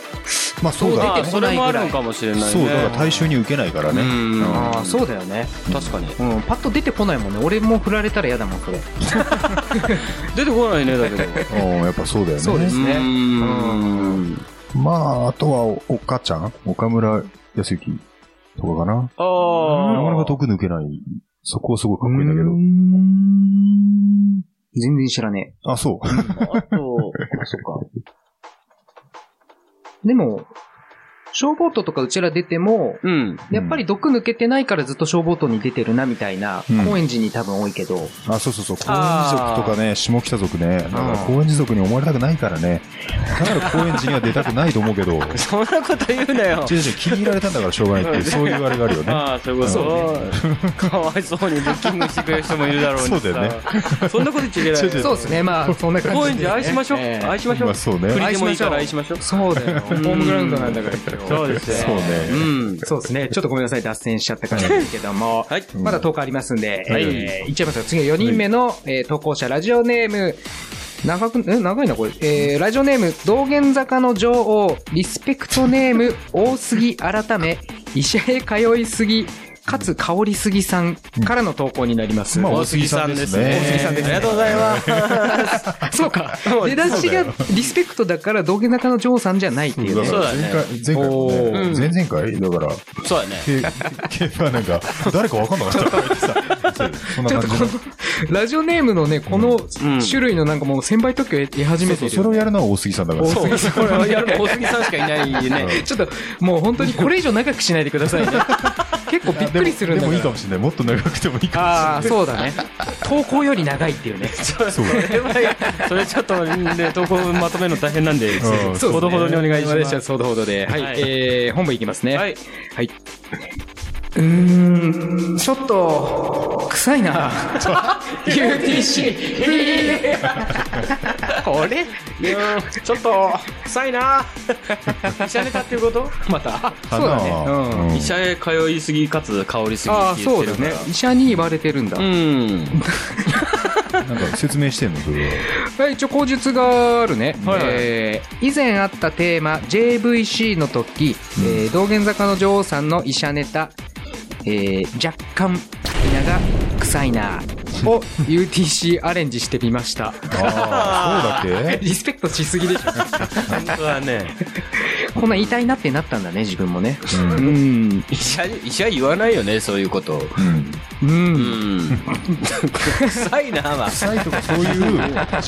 Speaker 4: まあそうだ
Speaker 3: 出
Speaker 5: あー
Speaker 3: てこない
Speaker 5: それもあるのかもしれないね
Speaker 4: そうだから大衆に受けないから
Speaker 5: う
Speaker 4: ね
Speaker 5: ん
Speaker 3: あ
Speaker 5: あ
Speaker 3: あ
Speaker 5: そう
Speaker 3: そうだよね、
Speaker 5: 確かに
Speaker 3: うん、パッと出てこないもんね俺も振られたら嫌だもんこれ
Speaker 5: 出てこないねだ けど
Speaker 4: うんやっぱそうだよね
Speaker 3: そうですね
Speaker 5: うーん
Speaker 4: まああとはおお母ちゃん岡村康之とかかな
Speaker 5: あ
Speaker 4: な
Speaker 5: あ
Speaker 4: かなか毒抜けないそこはすごいかっこいいんだけ
Speaker 3: うー
Speaker 4: ど
Speaker 3: ん全然知らね
Speaker 4: あそう
Speaker 5: あと、あ、そっか。
Speaker 3: えでも消防トとかうちら出ても
Speaker 5: うん。
Speaker 3: やっぱり毒抜けてないからずっと消防トに出てるなみたいな、
Speaker 4: うん
Speaker 3: 高円寺に多分多いけど、
Speaker 4: あそうそうそう高円寺族とかね下北族ねだから高円寺族に思われたくないからねだから高円寺には出たくないと思うけど
Speaker 5: そんなこと言うなよ
Speaker 4: 違。う違う気に入られたんだからしょうがないっていうそういうあれがあるよね
Speaker 5: ああ、そういうこと かわいそうにブッキングしてくれる人もいるだろうにさ
Speaker 4: そうだよね。
Speaker 5: そんなこと言っちゃいけないよ。
Speaker 3: そうですねまあそんな感じ
Speaker 5: 高円
Speaker 3: で
Speaker 5: 寺愛しましょう。愛しましょ
Speaker 4: ま
Speaker 5: う
Speaker 4: あ。そうね
Speaker 5: 国でもいいから愛しましょう。
Speaker 3: そうだよ。ホームグラウンドなんだから今日
Speaker 5: そうですね。
Speaker 4: そう
Speaker 5: う
Speaker 4: ね
Speaker 5: ん。
Speaker 3: そうですね。ちょっとごめんなさい。脱線しちゃった感じですけども。
Speaker 5: はい。
Speaker 3: まだ投稿ありますんで、
Speaker 5: はい
Speaker 3: えー、いっちゃいますよ。次は4人目の、えー投稿者、ラジオネーム、長く、え、長いな、これ。えー、ラジオネーム、道玄坂の女王、リスペクトネーム、大杉改め、医者へ通いすぎ、勝香織杉さんからの投稿になります。
Speaker 10: まあ
Speaker 5: 大杉さんですね。
Speaker 10: 大杉さんですね
Speaker 5: ありがとうございます。
Speaker 3: そうか。出だしがリスペクトだから、道下中のジョーさんじゃないっていうね。
Speaker 5: そうだ
Speaker 10: 前
Speaker 5: ね
Speaker 10: 回、前回も
Speaker 3: おー
Speaker 10: ね、前々回だから、
Speaker 5: そう だね。
Speaker 10: け競馬なんか、誰かわかんなかった。そうそんな
Speaker 3: ちょ
Speaker 10: 感じ
Speaker 3: っとこ
Speaker 10: の。
Speaker 3: の、 ラジオネームのね、この種類のなんかもう先輩特許得得始めて
Speaker 10: そう
Speaker 3: る
Speaker 10: そ
Speaker 3: よ
Speaker 10: れ
Speaker 3: ね。
Speaker 10: をやるのは大杉さんだから。
Speaker 3: そうそうこれをやる
Speaker 5: 小杉さんしかいないね。
Speaker 3: ちょっと、もう本当にこれ以上長くしないでくださいね。結構びっくりするん
Speaker 10: で
Speaker 3: だ
Speaker 10: も
Speaker 3: か。
Speaker 10: いいからもしれない。もっと長くてもいいかもしれない。
Speaker 3: ああ、そうだね。投稿より長いっていうね。
Speaker 10: そう
Speaker 11: それちょっと、ね、投稿まとめるの大変なんで、
Speaker 10: うん
Speaker 3: そうですね
Speaker 11: ほどほどにお願いします
Speaker 3: お願いします。ほどほどで。はい。
Speaker 11: はい
Speaker 3: えー、本部いきますね。
Speaker 11: はい。
Speaker 3: はい。うーん、ちょっと、臭いな。UTC。これ
Speaker 11: ちょっと、臭いな。医者ネタっていうことまた。
Speaker 10: か
Speaker 3: そうだね
Speaker 10: な
Speaker 3: うん
Speaker 10: うん
Speaker 5: 医者へ通いすぎかつ香りすぎ
Speaker 3: あ
Speaker 5: っ
Speaker 3: あ、
Speaker 5: て
Speaker 3: そ
Speaker 5: 言っ
Speaker 3: う
Speaker 5: てる
Speaker 3: だ
Speaker 5: か
Speaker 3: ね
Speaker 5: ら。。
Speaker 3: 医者に言われてるんだ。
Speaker 5: うん。
Speaker 10: なんか説明してんのそれは。
Speaker 3: はい、一応口述があるね、
Speaker 11: はい
Speaker 3: えー以前あったテーマ JVC の時、えー道玄坂の女王さんの医者ネタ、えー若干稲が臭いなを UTC アレンジしてみました
Speaker 10: ああ、そうだっけ
Speaker 3: リスペクトしすぎでしょ
Speaker 11: 本当はね。
Speaker 3: こんな言いたいなってなったんだね自分もね
Speaker 10: う
Speaker 3: うん
Speaker 5: 医者、医者言わないよね、そういうこと。
Speaker 10: うん。
Speaker 5: う
Speaker 3: う
Speaker 5: んん。臭いな、まあ。
Speaker 10: 臭いとかそういう自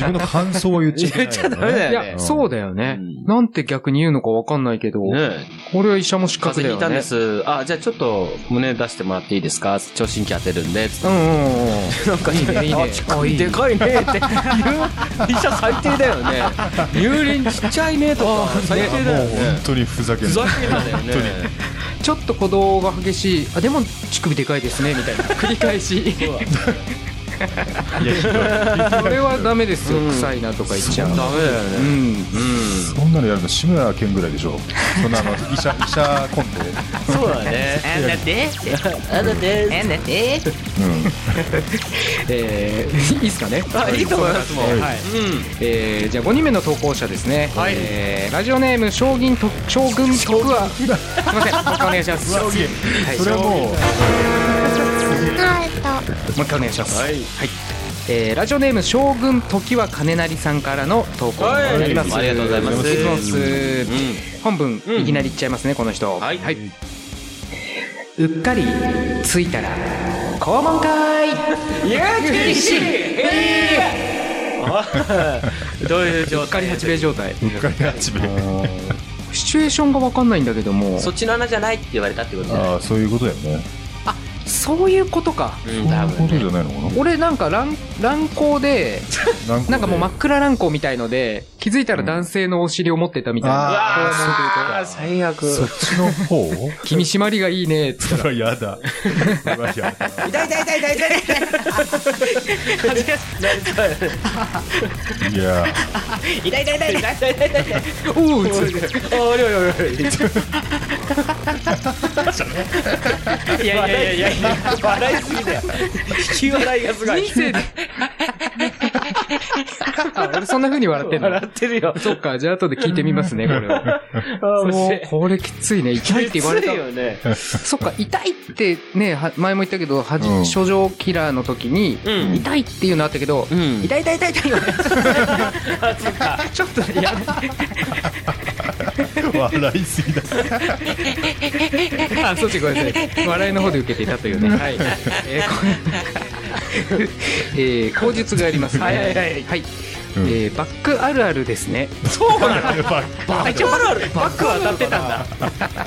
Speaker 10: 分の感想を言っちゃいけない。
Speaker 5: 言っちゃダメだよ
Speaker 3: いや、
Speaker 10: うん
Speaker 3: そうだよね、
Speaker 5: うん
Speaker 3: なんて逆に言うのかわかんないけど、
Speaker 5: ね
Speaker 3: これは医者も失格
Speaker 5: 風
Speaker 3: だ
Speaker 5: 邪ひ
Speaker 3: よ
Speaker 5: いたん
Speaker 3: ね
Speaker 5: です。あ、じゃあちょっと胸出してもらっていいですか聴診器当てるんで。つって
Speaker 3: うんうんうんなんかいいねいいねあいい
Speaker 5: でかいねって言う、医者最低だよね。入輪ちっちゃいねとか、最低だよ
Speaker 10: もう本
Speaker 5: ね。
Speaker 10: 当にふざけん
Speaker 5: ふ
Speaker 10: な
Speaker 5: ざけんなだよね。
Speaker 3: ちょっと鼓動が激しいあでも乳首でかいですね みたいな繰り返し
Speaker 10: いやひどい
Speaker 3: それはダメですよ、臭いなとか言っちゃう
Speaker 5: ダメだよ
Speaker 3: う
Speaker 5: ね。
Speaker 3: ん
Speaker 10: そんなのやるの志村けんぐらいでしょそん なあの医者医者コント
Speaker 5: そうだね。
Speaker 3: あんだって
Speaker 5: あだで
Speaker 3: んだってえー、いいですかね
Speaker 5: あ、いいと思いますもん。はい。
Speaker 3: えー、じゃあ5人目の投稿者ですね、はいえー、ラジオネーム将軍と将軍徳はすいませんもう一回お願いします 将軍はい
Speaker 10: それはもう
Speaker 3: もう一回お願いします。はい。えーラジオネーム将軍時は金成さんからの投稿になります、
Speaker 5: はいありがとうございます
Speaker 3: ありがとうございます本文、いきなりいっちゃいますねこの人
Speaker 5: はい
Speaker 3: うっかりついたら肛門かーい
Speaker 5: どういう状
Speaker 3: うっかり
Speaker 5: 態
Speaker 3: 八兵衛状態
Speaker 10: うっかり八兵衛
Speaker 3: シチュエーションが分かんないんだけども
Speaker 5: そっちの穴じゃないって言われたってことだよ
Speaker 10: ああそういうことだよね
Speaker 3: そういうことか
Speaker 5: うん、多
Speaker 10: そういうこと
Speaker 5: 分
Speaker 10: じ
Speaker 5: ね。
Speaker 10: ゃないのか
Speaker 3: 俺なんか乱乱行で
Speaker 10: な
Speaker 3: なんかもう真っ暗乱行みたいので気づいたら男性のお尻を持ってたみたいな、
Speaker 10: ああ
Speaker 5: 最悪。
Speaker 10: そっちの 方
Speaker 3: 君締まりがいいねっつって
Speaker 10: それはやだそれはやだいや
Speaker 3: おうつって
Speaker 11: いやいやいやいや、笑いすぎだよ。引き笑いがすごい。
Speaker 3: 人生で。あ俺そんな風に笑ってんの
Speaker 11: 笑ってるよ。
Speaker 3: そっか、じゃあ後で聞いてみますね、これ は。
Speaker 11: そ
Speaker 3: もう
Speaker 11: て、
Speaker 3: これきついね。痛いって言われた
Speaker 11: きつい。よね。
Speaker 3: そっか、痛いってね、は前も言ったけど、はじ
Speaker 10: うん
Speaker 3: 症状キラーの時に、
Speaker 5: うん
Speaker 3: 痛いっていうのあったけど、
Speaker 5: ん
Speaker 3: 痛い痛い痛い痛いちょっと、いや、
Speaker 10: 笑いすぎだ
Speaker 3: あ、そっちごめんなさい。笑いの方で受けていたというね。はい。えーこ えー口述がありますね。はいはいはい。えーバックあるあるですね。
Speaker 11: あ一応バックバックは当たってたんだ。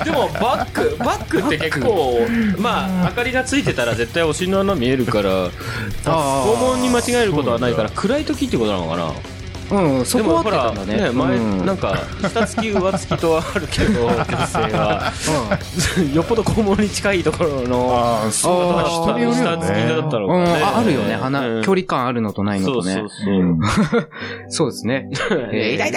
Speaker 11: でも、バック、バックって結構、
Speaker 5: まあ、明かりがついてたら絶対お尻の穴見えるから、
Speaker 3: あー
Speaker 5: 肛門に間違えることはないから、暗い時ってことなのかな
Speaker 3: うん、そ
Speaker 5: で
Speaker 3: こは合
Speaker 5: も
Speaker 3: っ
Speaker 5: ほ
Speaker 3: てた
Speaker 5: ら、
Speaker 3: んだね。
Speaker 5: ね、前
Speaker 3: うん、
Speaker 5: なんか、下付き、上付きとはあるけど、女性は。よっぽど肛門に近いところの、
Speaker 10: ああそう
Speaker 3: あー
Speaker 10: 人
Speaker 5: 下
Speaker 10: によるよね
Speaker 5: 下付きだったの
Speaker 3: う
Speaker 5: か
Speaker 3: ん、
Speaker 5: ね。
Speaker 3: ああるよね、鼻、
Speaker 5: うん
Speaker 3: 距離感あるのとないの
Speaker 5: そ
Speaker 3: と
Speaker 5: う
Speaker 3: ね。
Speaker 5: そ
Speaker 3: そう
Speaker 5: う
Speaker 3: う
Speaker 5: そう。
Speaker 3: ですね。えー
Speaker 10: だ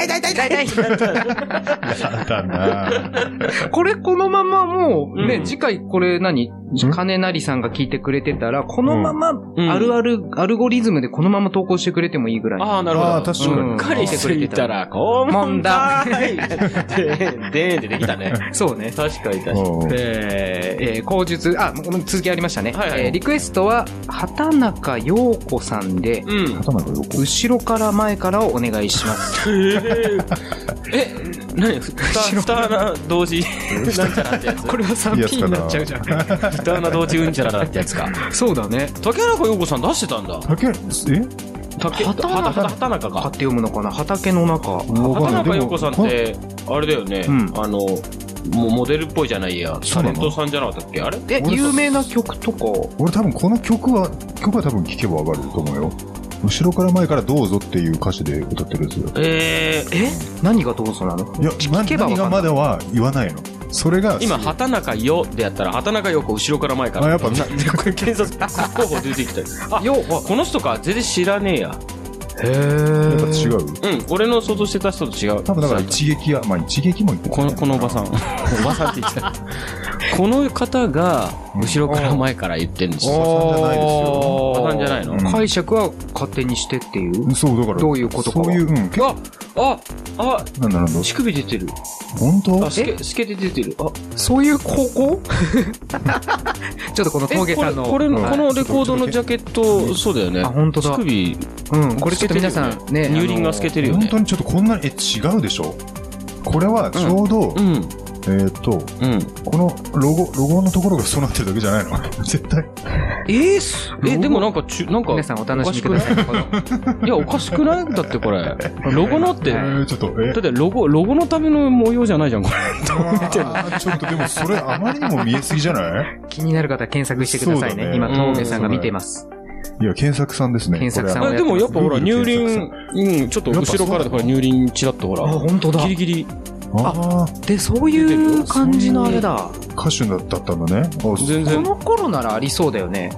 Speaker 10: な
Speaker 3: これこのままもうね、
Speaker 5: うん
Speaker 3: 次回これ何金成さんが聞いてくれてたら、このまま、あるある、アルゴリズムでこのまま投稿してくれてもいいぐらい。
Speaker 12: ああ、なるほ
Speaker 4: あ
Speaker 12: ど。
Speaker 4: あ、確か
Speaker 3: うん
Speaker 4: に。
Speaker 12: しっかりしてくれてたら、こうも
Speaker 3: もんだ。
Speaker 12: でーんでできたね。
Speaker 3: そうね。
Speaker 5: 確かに確かに。
Speaker 4: うん
Speaker 3: えー、えー、口述、あ、もう続きありましたね。
Speaker 5: はいはい
Speaker 3: えーリクエストは、畑中陽子さんで、
Speaker 5: うん。
Speaker 4: 畑中陽子。
Speaker 3: 後ろから前からをお願いします。
Speaker 5: え、何ふた、ふた穴同時、なんちゃらってやつ
Speaker 3: これは 3P になっちゃうじゃん。
Speaker 5: ふた穴同時うんちゃらってやつか。
Speaker 3: そうだね。
Speaker 5: 竹中陽子さん出してたんだ。
Speaker 4: 竹、え
Speaker 5: 竹、畑中か。畑中
Speaker 3: 買っ
Speaker 5: か。
Speaker 3: て読むのかな畑の中。
Speaker 4: わかんな
Speaker 5: 畑
Speaker 4: い
Speaker 5: 中
Speaker 4: で
Speaker 5: 陽
Speaker 4: も
Speaker 5: 子さんって、あれだよね。
Speaker 3: うん
Speaker 5: あの、もうモデルっぽいじゃないや。タ
Speaker 4: そう
Speaker 5: レ
Speaker 4: な
Speaker 5: ン
Speaker 4: の
Speaker 5: トさんじゃなかったっけあれ
Speaker 3: え、
Speaker 4: 俺さ
Speaker 3: 有名な曲とか、
Speaker 4: 俺多分この曲は、曲は多分聴けばわかると思うよ。後ろから前からどうぞっていう歌詞で歌ってるやつだよ。
Speaker 5: えー、
Speaker 3: え何がどうぞなの
Speaker 4: いや、ま、
Speaker 3: けばわかん
Speaker 4: 何
Speaker 3: ない
Speaker 4: がまだは言わないの。それが、
Speaker 5: 今、畑中よでやったら、畑中陽子後ろから前から。
Speaker 4: あやっぱ
Speaker 5: なで これ検索、候補出てきた よ。あ、
Speaker 3: よ、
Speaker 5: あこの人か、全然知らねえや。
Speaker 3: へ
Speaker 4: やっぱ違
Speaker 3: ー。
Speaker 4: う。
Speaker 5: うん、俺の想像してた人と違う。
Speaker 4: 多分だから一撃や、まあ一撃も言って
Speaker 5: この、このおばさん。おばさんって言っち ゃう。この方が、後ろから前から言ってるんですよ。
Speaker 4: おばさんじゃないですよ。
Speaker 5: おばさんじゃないの
Speaker 4: うん
Speaker 3: 解釈は勝手にしてっていう。
Speaker 4: そう、だから。
Speaker 3: どういうことかは
Speaker 4: そういう、うん。結
Speaker 5: あ、あ、あ、
Speaker 4: 構なんだなんだ。
Speaker 5: 乳首出てる。
Speaker 4: 本当
Speaker 5: あ、すけ、すけて出てる。あ、
Speaker 3: そういう高校 ちょっとこの
Speaker 5: え
Speaker 3: 峠
Speaker 5: こ
Speaker 3: さ
Speaker 5: れ、
Speaker 3: んの。
Speaker 5: これ
Speaker 3: は
Speaker 5: の、
Speaker 3: い
Speaker 5: このレコードのジャケット、そうだよね
Speaker 3: あ、。本当
Speaker 5: 乳
Speaker 3: だ。
Speaker 5: 首、
Speaker 3: うん、これちょっと皆さんね。
Speaker 5: 乳輪が透けてるよ
Speaker 4: 本
Speaker 5: ね
Speaker 4: 当。にちょっとこんなに、え、違うでしょこれはちょうど、
Speaker 5: うん、
Speaker 4: えーっと、
Speaker 5: うん。
Speaker 4: このロゴ、ロゴのところがそうなってるだけじゃないの 絶対。
Speaker 5: えーすえ、でもなんか、ちゅ、なんか、
Speaker 3: 皆さんお楽しみください。この
Speaker 5: いや、おかしくないだってこれ。ロゴのって、
Speaker 4: え
Speaker 5: だ
Speaker 4: ー、ちょっと、え
Speaker 5: ってロゴ、ロゴのための模様じゃないじゃん、これ。
Speaker 4: あーちょっとでもそれあまりにも見えすぎじゃない
Speaker 3: 気になる方は検索してくださいね。
Speaker 4: そうだね
Speaker 3: 今、峠さんが見てます。
Speaker 4: いや、検索さんですね。
Speaker 3: 検索さん
Speaker 4: これ
Speaker 3: は
Speaker 5: あでもやっぱほら、乳
Speaker 4: Google 検
Speaker 5: 輪、うん、ちょっと後ろからでほら、乳輪ちらっとほ
Speaker 3: あ、
Speaker 5: ら、
Speaker 3: 本当だ
Speaker 5: ギ。リギリ、
Speaker 4: ああ、
Speaker 3: で、そういう感じのあれだ。
Speaker 4: 歌手だったんだね。あそう
Speaker 5: 全
Speaker 3: こ
Speaker 5: 然。
Speaker 3: の頃ならありそうだよね。
Speaker 4: あ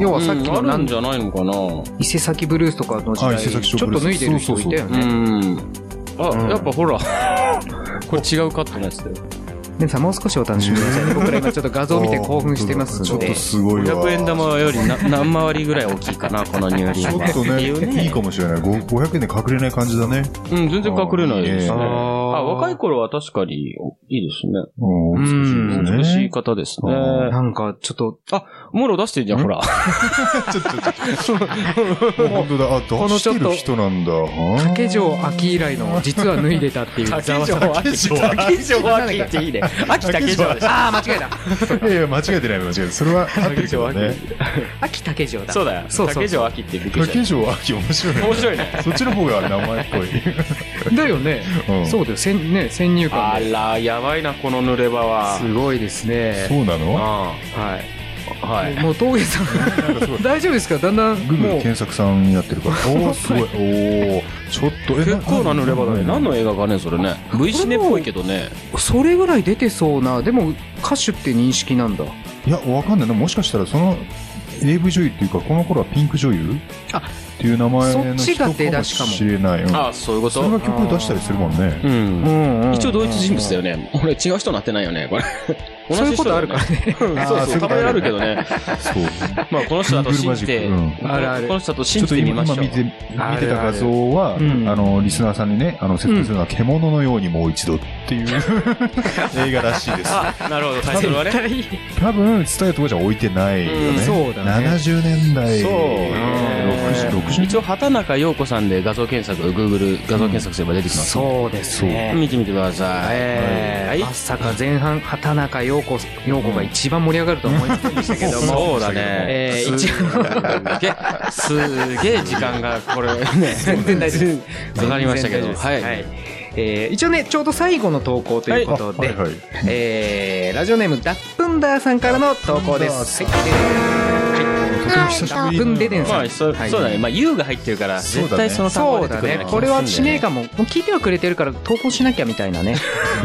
Speaker 3: 要
Speaker 4: ー
Speaker 3: はさっきの
Speaker 5: うんあ
Speaker 3: な
Speaker 5: るん
Speaker 3: ん
Speaker 5: じゃないのかな
Speaker 3: 伊勢崎ブルースとかの時
Speaker 4: あ伊勢
Speaker 3: 代、
Speaker 4: 崎
Speaker 3: ち
Speaker 4: ショ
Speaker 3: ょ
Speaker 4: ー
Speaker 3: っ
Speaker 4: ブル
Speaker 3: と
Speaker 4: ース
Speaker 3: 脱いでる人いたよ
Speaker 5: う
Speaker 3: ね。
Speaker 5: ん。あ、やっぱほら、 これ違うカットのやつだよ。
Speaker 3: 皆さんもう少しお楽しみくださいね。僕ら今ちょっと画像を見て興奮してます
Speaker 4: ちょ
Speaker 3: の
Speaker 4: っと
Speaker 3: で。
Speaker 4: すごいわ。
Speaker 5: 500円玉よりな何回りぐらい大きいかな、この乳
Speaker 4: ち
Speaker 5: 輪
Speaker 4: ょ
Speaker 5: は
Speaker 4: っ。とね、いいかもしれない。ご500円で隠れない感じだね。
Speaker 5: うん、全然隠れないですね。
Speaker 4: あー
Speaker 5: あ、若い
Speaker 3: 子。
Speaker 5: 頃は確かにいいですね。
Speaker 4: うん
Speaker 3: うん
Speaker 4: 美
Speaker 5: 美
Speaker 4: し
Speaker 5: し
Speaker 4: い
Speaker 5: い
Speaker 4: ですね。
Speaker 5: 方ですね。
Speaker 4: うん
Speaker 3: なんか、ちょっと、
Speaker 5: モロ出してんじゃん、ほら。
Speaker 4: ちょっと、ちょっと。本当だ。あ、
Speaker 3: こ
Speaker 4: 出
Speaker 3: のちょ
Speaker 4: し
Speaker 3: ってと
Speaker 4: る人なんだ。
Speaker 3: 竹城秋以来の、実は脱いでたっていう。竹城秋。竹城秋っていいね。
Speaker 5: 秋竹城でしょ。
Speaker 3: ああ、間違えた。
Speaker 4: いやいや、間違えてない、間違えてない。それは合ってるけどね。
Speaker 3: 秋竹城だ。
Speaker 5: そうだよ。
Speaker 3: そうそう
Speaker 5: 竹城秋ってびっくりした
Speaker 4: 竹城秋面白いね。
Speaker 5: 面白いね。
Speaker 4: そっちの方が名前っぽい。
Speaker 3: だよね。
Speaker 4: うん
Speaker 3: そうだよ。先ね、先入
Speaker 5: あ
Speaker 3: 観で。
Speaker 5: ら、やばいな、この濡れ場は。
Speaker 3: すごいですね。
Speaker 4: そうなの
Speaker 5: あ
Speaker 3: はい。
Speaker 5: あはい。
Speaker 3: もう峠さ ん、大丈夫ですかだんだん、
Speaker 4: Google
Speaker 3: もう、
Speaker 4: 検索さんやってるから。おおすごい。おおちょっと、え
Speaker 5: 結構な濡れ場だね。何
Speaker 4: の
Speaker 5: の映画かね、それね。V シネっぽいけどね。
Speaker 3: それぐらい出てそうな、でも、歌手って認識なんだ。
Speaker 4: いや、わかんないな。もしかしたらその AV 女優っていうか、この頃はピンク女優
Speaker 3: あ
Speaker 4: っていう名前の人かもしれない。うん
Speaker 5: あそういうこ
Speaker 4: それ
Speaker 5: と
Speaker 4: が曲出したりするもん
Speaker 5: う。
Speaker 4: ね。
Speaker 3: うんん、
Speaker 5: 一応同一人物だよね。俺違う人になってないよね、これ。 同
Speaker 3: そうい
Speaker 5: じ
Speaker 3: うこ
Speaker 5: 人
Speaker 3: と
Speaker 5: だ
Speaker 3: あ
Speaker 5: よ
Speaker 3: る
Speaker 5: ね
Speaker 3: からね。
Speaker 5: うんそうそう、たまにあるけどね。
Speaker 4: そう。
Speaker 5: まあ、この人だと信じて
Speaker 4: Google マジ
Speaker 3: ク
Speaker 4: ッ、
Speaker 3: うんあるある
Speaker 5: この人だと
Speaker 4: ち
Speaker 5: 信
Speaker 4: ょっ
Speaker 5: じ
Speaker 4: と
Speaker 5: てみ
Speaker 4: 今
Speaker 5: ましょ
Speaker 4: 今
Speaker 5: う。
Speaker 4: 見て見
Speaker 3: ある
Speaker 4: てた画像は、あ
Speaker 3: うん
Speaker 4: の、リスナーさんにね、あの、説明するのは獣のようにもう一度っていう 映画らしいです。
Speaker 5: あ、なるほど、タイトルはね。
Speaker 4: 多分、伝えるとこじゃ置いてないよ
Speaker 5: うん
Speaker 4: ね。
Speaker 3: そうだね
Speaker 4: 70年代。
Speaker 5: そう
Speaker 4: 60 60
Speaker 5: 一応、畑中陽子さんで画像検索、Google 画像検索すれば出てきます。
Speaker 3: そうですね。
Speaker 5: 見てみてください。
Speaker 3: え
Speaker 5: はい
Speaker 3: ー、まさか前半、畑中陽子、陽子が一番盛り上がるとは思いませんでしたけども。
Speaker 5: そうだね。
Speaker 3: えー、一
Speaker 5: げすげえ時間がこ れね
Speaker 3: 全然大丈夫。
Speaker 5: かかりましたけど
Speaker 3: 全然大丈夫です
Speaker 5: はい
Speaker 3: えー一応ね、ちょうど最後の投稿ということ
Speaker 4: は
Speaker 3: で
Speaker 4: い、はい。
Speaker 3: えーラジオネームダップンダーさんからの投稿です。はい。
Speaker 4: とても久しぶり
Speaker 3: ダップンデデン
Speaker 5: ま
Speaker 3: さん
Speaker 5: あ。そう
Speaker 3: はい
Speaker 5: そうだねまあ U が入ってるから
Speaker 4: そうだね
Speaker 5: 絶対その単語
Speaker 3: そ
Speaker 5: が
Speaker 3: う
Speaker 5: 出てくるよな。
Speaker 3: だね
Speaker 5: 気
Speaker 3: これは
Speaker 5: がす
Speaker 3: し
Speaker 5: るんだ
Speaker 3: ね
Speaker 5: よ
Speaker 3: えかも。もう聞いてはくれてるから投稿しなきゃみたいなね。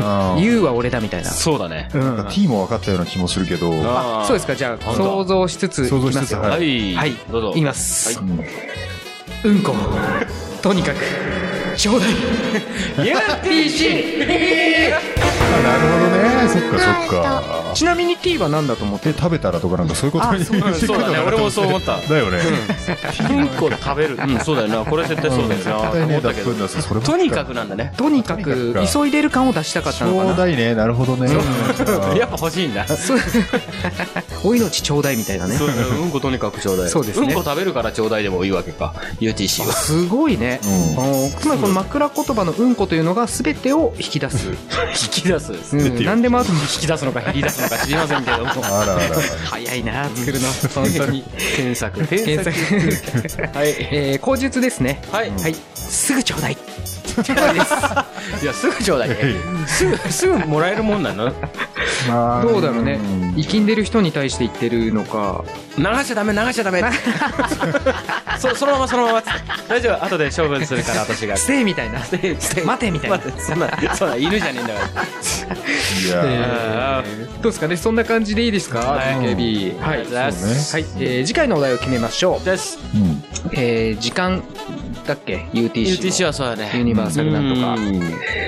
Speaker 4: あー
Speaker 3: You は俺だみたいな。
Speaker 5: そうだね。
Speaker 3: う
Speaker 4: なん
Speaker 3: ん
Speaker 4: か。T も分かったような気もするけど、
Speaker 5: あ
Speaker 3: そうですか。じゃあ、想像しつついき
Speaker 4: 想像し
Speaker 3: ま
Speaker 4: つ
Speaker 3: す
Speaker 4: つ、
Speaker 3: よ。
Speaker 4: は。
Speaker 5: はいい
Speaker 3: はい
Speaker 5: どうぞ。
Speaker 3: いきます。
Speaker 4: うん
Speaker 3: うんこ。とにかく、ちょうだい。UPC!
Speaker 4: なるほどね。
Speaker 10: そっかそっか。
Speaker 11: ちなみに T は何だと思って
Speaker 10: で、食べたらとかなんかそういうことに
Speaker 11: う
Speaker 10: してくる のかな
Speaker 5: そうだね俺もそう思 った
Speaker 10: だよね。
Speaker 11: うんこで食べる
Speaker 5: うん、そうだよな。これ絶対そうだよな。
Speaker 10: 絶
Speaker 5: と
Speaker 10: 対
Speaker 5: 思
Speaker 10: ね、
Speaker 5: った
Speaker 10: 脱
Speaker 5: けど
Speaker 10: 粉。だしそればっか
Speaker 5: とにかくなんだね。
Speaker 3: とにかく
Speaker 10: とにかく
Speaker 3: 急いでる感を出したかった
Speaker 10: ち
Speaker 3: のか
Speaker 10: ょう
Speaker 3: な
Speaker 10: だいね、なるほどね。
Speaker 5: やっぱ欲しいんだ。
Speaker 3: そうお命ちょう だいみたいなね
Speaker 5: そううんことにかくちょうだい。
Speaker 3: そうですね
Speaker 5: んこ食べるからちょうだいでもいいわけか。UTC は。
Speaker 3: すごいね、
Speaker 10: うん
Speaker 3: あのつまりこの枕言葉の「うんこ」というのが全てを引き出す、
Speaker 5: 引き出すです
Speaker 3: う
Speaker 5: ね。
Speaker 3: ん、何でもあとに引き
Speaker 5: 引き出すのか引き出 すのか知りませんけども。
Speaker 10: あらあら。
Speaker 3: 早いな作るの本当に
Speaker 5: 検索。検
Speaker 3: 検
Speaker 5: 索。
Speaker 3: 索
Speaker 5: はい。
Speaker 3: えー口述ですね
Speaker 5: はい。
Speaker 3: はいすぐちょうだいちょうだいです
Speaker 5: いや、すぐちょうだい。すぐ、すぐもらえるもんなの
Speaker 10: まあ
Speaker 3: どうだろうね生きんでる人に対して言ってるのか
Speaker 5: 流しちゃダメ、流しちゃ ダメ。そそのままそのまま。大丈夫、後で処分するから私が。
Speaker 3: ステイみたいな
Speaker 5: 待
Speaker 3: 待てみたいな
Speaker 5: てそんな、 そんな、犬じゃねえんだから。
Speaker 10: いや、
Speaker 5: あ
Speaker 3: どうですかねそんな感じでいいですか
Speaker 5: はい
Speaker 3: BKB
Speaker 5: あ、あ
Speaker 3: は
Speaker 5: りがとう
Speaker 3: い
Speaker 5: ございます。
Speaker 3: はい、えー次回のお題を決めましょ
Speaker 5: です。
Speaker 10: うん。
Speaker 3: う、えー時間だっけ
Speaker 5: UTC
Speaker 3: UTC
Speaker 5: はそうだね。
Speaker 3: ユニバーサルなんとか
Speaker 5: うん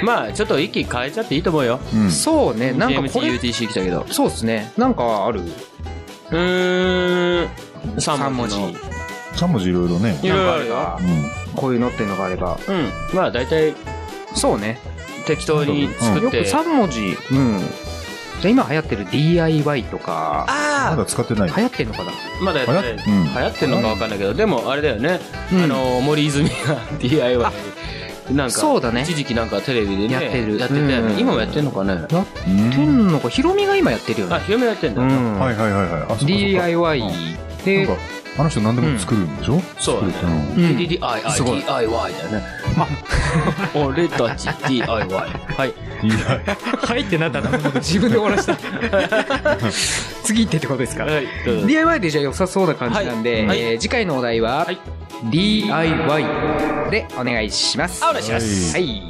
Speaker 5: まあ、ちょっと息変えちゃっていいと思うよ。
Speaker 10: うん
Speaker 3: そうねなんか
Speaker 5: GMT、
Speaker 3: これ
Speaker 5: UTC 来たけど。
Speaker 3: そうですねなんかある
Speaker 5: うーん。3文字
Speaker 3: 三
Speaker 5: の。
Speaker 3: 文
Speaker 10: 3文字いろいろね。
Speaker 5: いろいろあるよ
Speaker 3: なんかあ。
Speaker 10: う
Speaker 3: れば
Speaker 10: ん。
Speaker 3: こういうのっていうのがあれば
Speaker 5: うん。まあ、大体
Speaker 3: そうね
Speaker 5: 適当に作
Speaker 3: よ
Speaker 5: っ
Speaker 3: く
Speaker 5: て。
Speaker 3: 3文字うんじゃあ今流行ってる DIY とか
Speaker 10: ま
Speaker 5: あ
Speaker 10: だ使ってない。
Speaker 3: 流行ってんのかな
Speaker 5: あまだやってない
Speaker 10: 流行っうん
Speaker 5: 流行ってんのかわかんないけど、でもあれだよね。あの、森泉が DIY。なんか
Speaker 3: そうだね
Speaker 5: 一時期なんかテレビでね
Speaker 3: やってる
Speaker 5: やってたよ
Speaker 3: うん
Speaker 5: ね今もやってんのかね
Speaker 10: うん
Speaker 3: てんのかヒロミが今やってるよ
Speaker 5: あ
Speaker 3: ね
Speaker 5: 広めやってんだ
Speaker 3: うん
Speaker 10: はいはいはいはい。あ、そっかそっか
Speaker 3: DIY で
Speaker 10: なんか、あの人何でも作るんでしょ
Speaker 5: そうだね
Speaker 10: 作るうん
Speaker 3: うん
Speaker 5: DIY
Speaker 3: すごい
Speaker 5: DIY だよね 俺たち DIY はい
Speaker 10: いや
Speaker 3: はいってなったの自分で終わらした次行ってってことですか
Speaker 5: はいどうぞ
Speaker 3: DIY でじゃあ良さそうな感じなんで、
Speaker 5: はい
Speaker 3: えー次回のお題は、
Speaker 5: はい
Speaker 3: DIY でお願いします。お願いします。はい。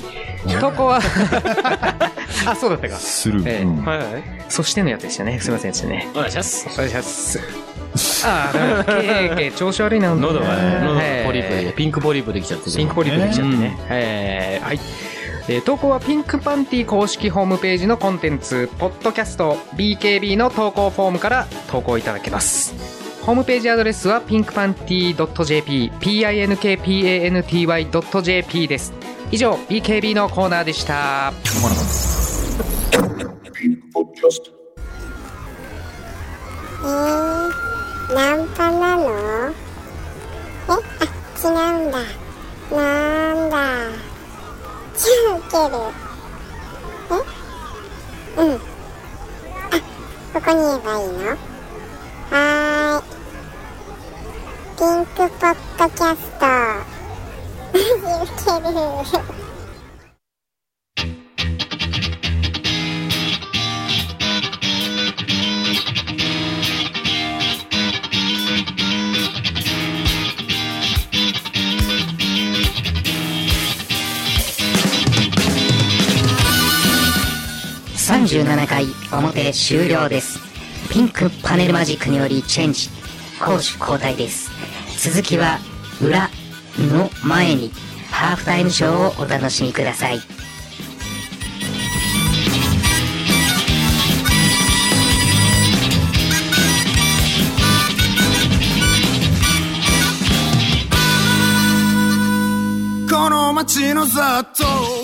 Speaker 3: 投稿は、あ、そうだったか。
Speaker 10: する。
Speaker 3: ええ
Speaker 10: うん
Speaker 5: はいはい
Speaker 3: そしてのやつでしたね。すいませんでしたね。
Speaker 5: お願いします
Speaker 3: お願いします。あー、だめだ。けーけー調子悪いな、本当に
Speaker 5: 喉がね喉
Speaker 3: は
Speaker 5: が
Speaker 3: い
Speaker 5: ポリープでピンクポリープできちゃって
Speaker 3: ピンクポリープできちゃってね
Speaker 5: ね。
Speaker 3: えーはい。えー投稿はピンクパンティ公式ホームページのコンテンツ、ポッドキャスト BKB の投稿フォームから投稿いただけます。ホームページアドレスは pinkpanty.jp、pinkpanty.jp です。以上、BKB のコーナーでした。
Speaker 13: えー、ナンパなのえあ違うんだなんだじゃあ受けるえうんあここに言えばいいのはーいピンクポッドキャスト マジ受ける
Speaker 14: 37回表終了ですピンクパネルマジックによりチェンジ攻守交代です続きは裏の前にハーフタイムショーをお楽しみください
Speaker 15: この街の雑踏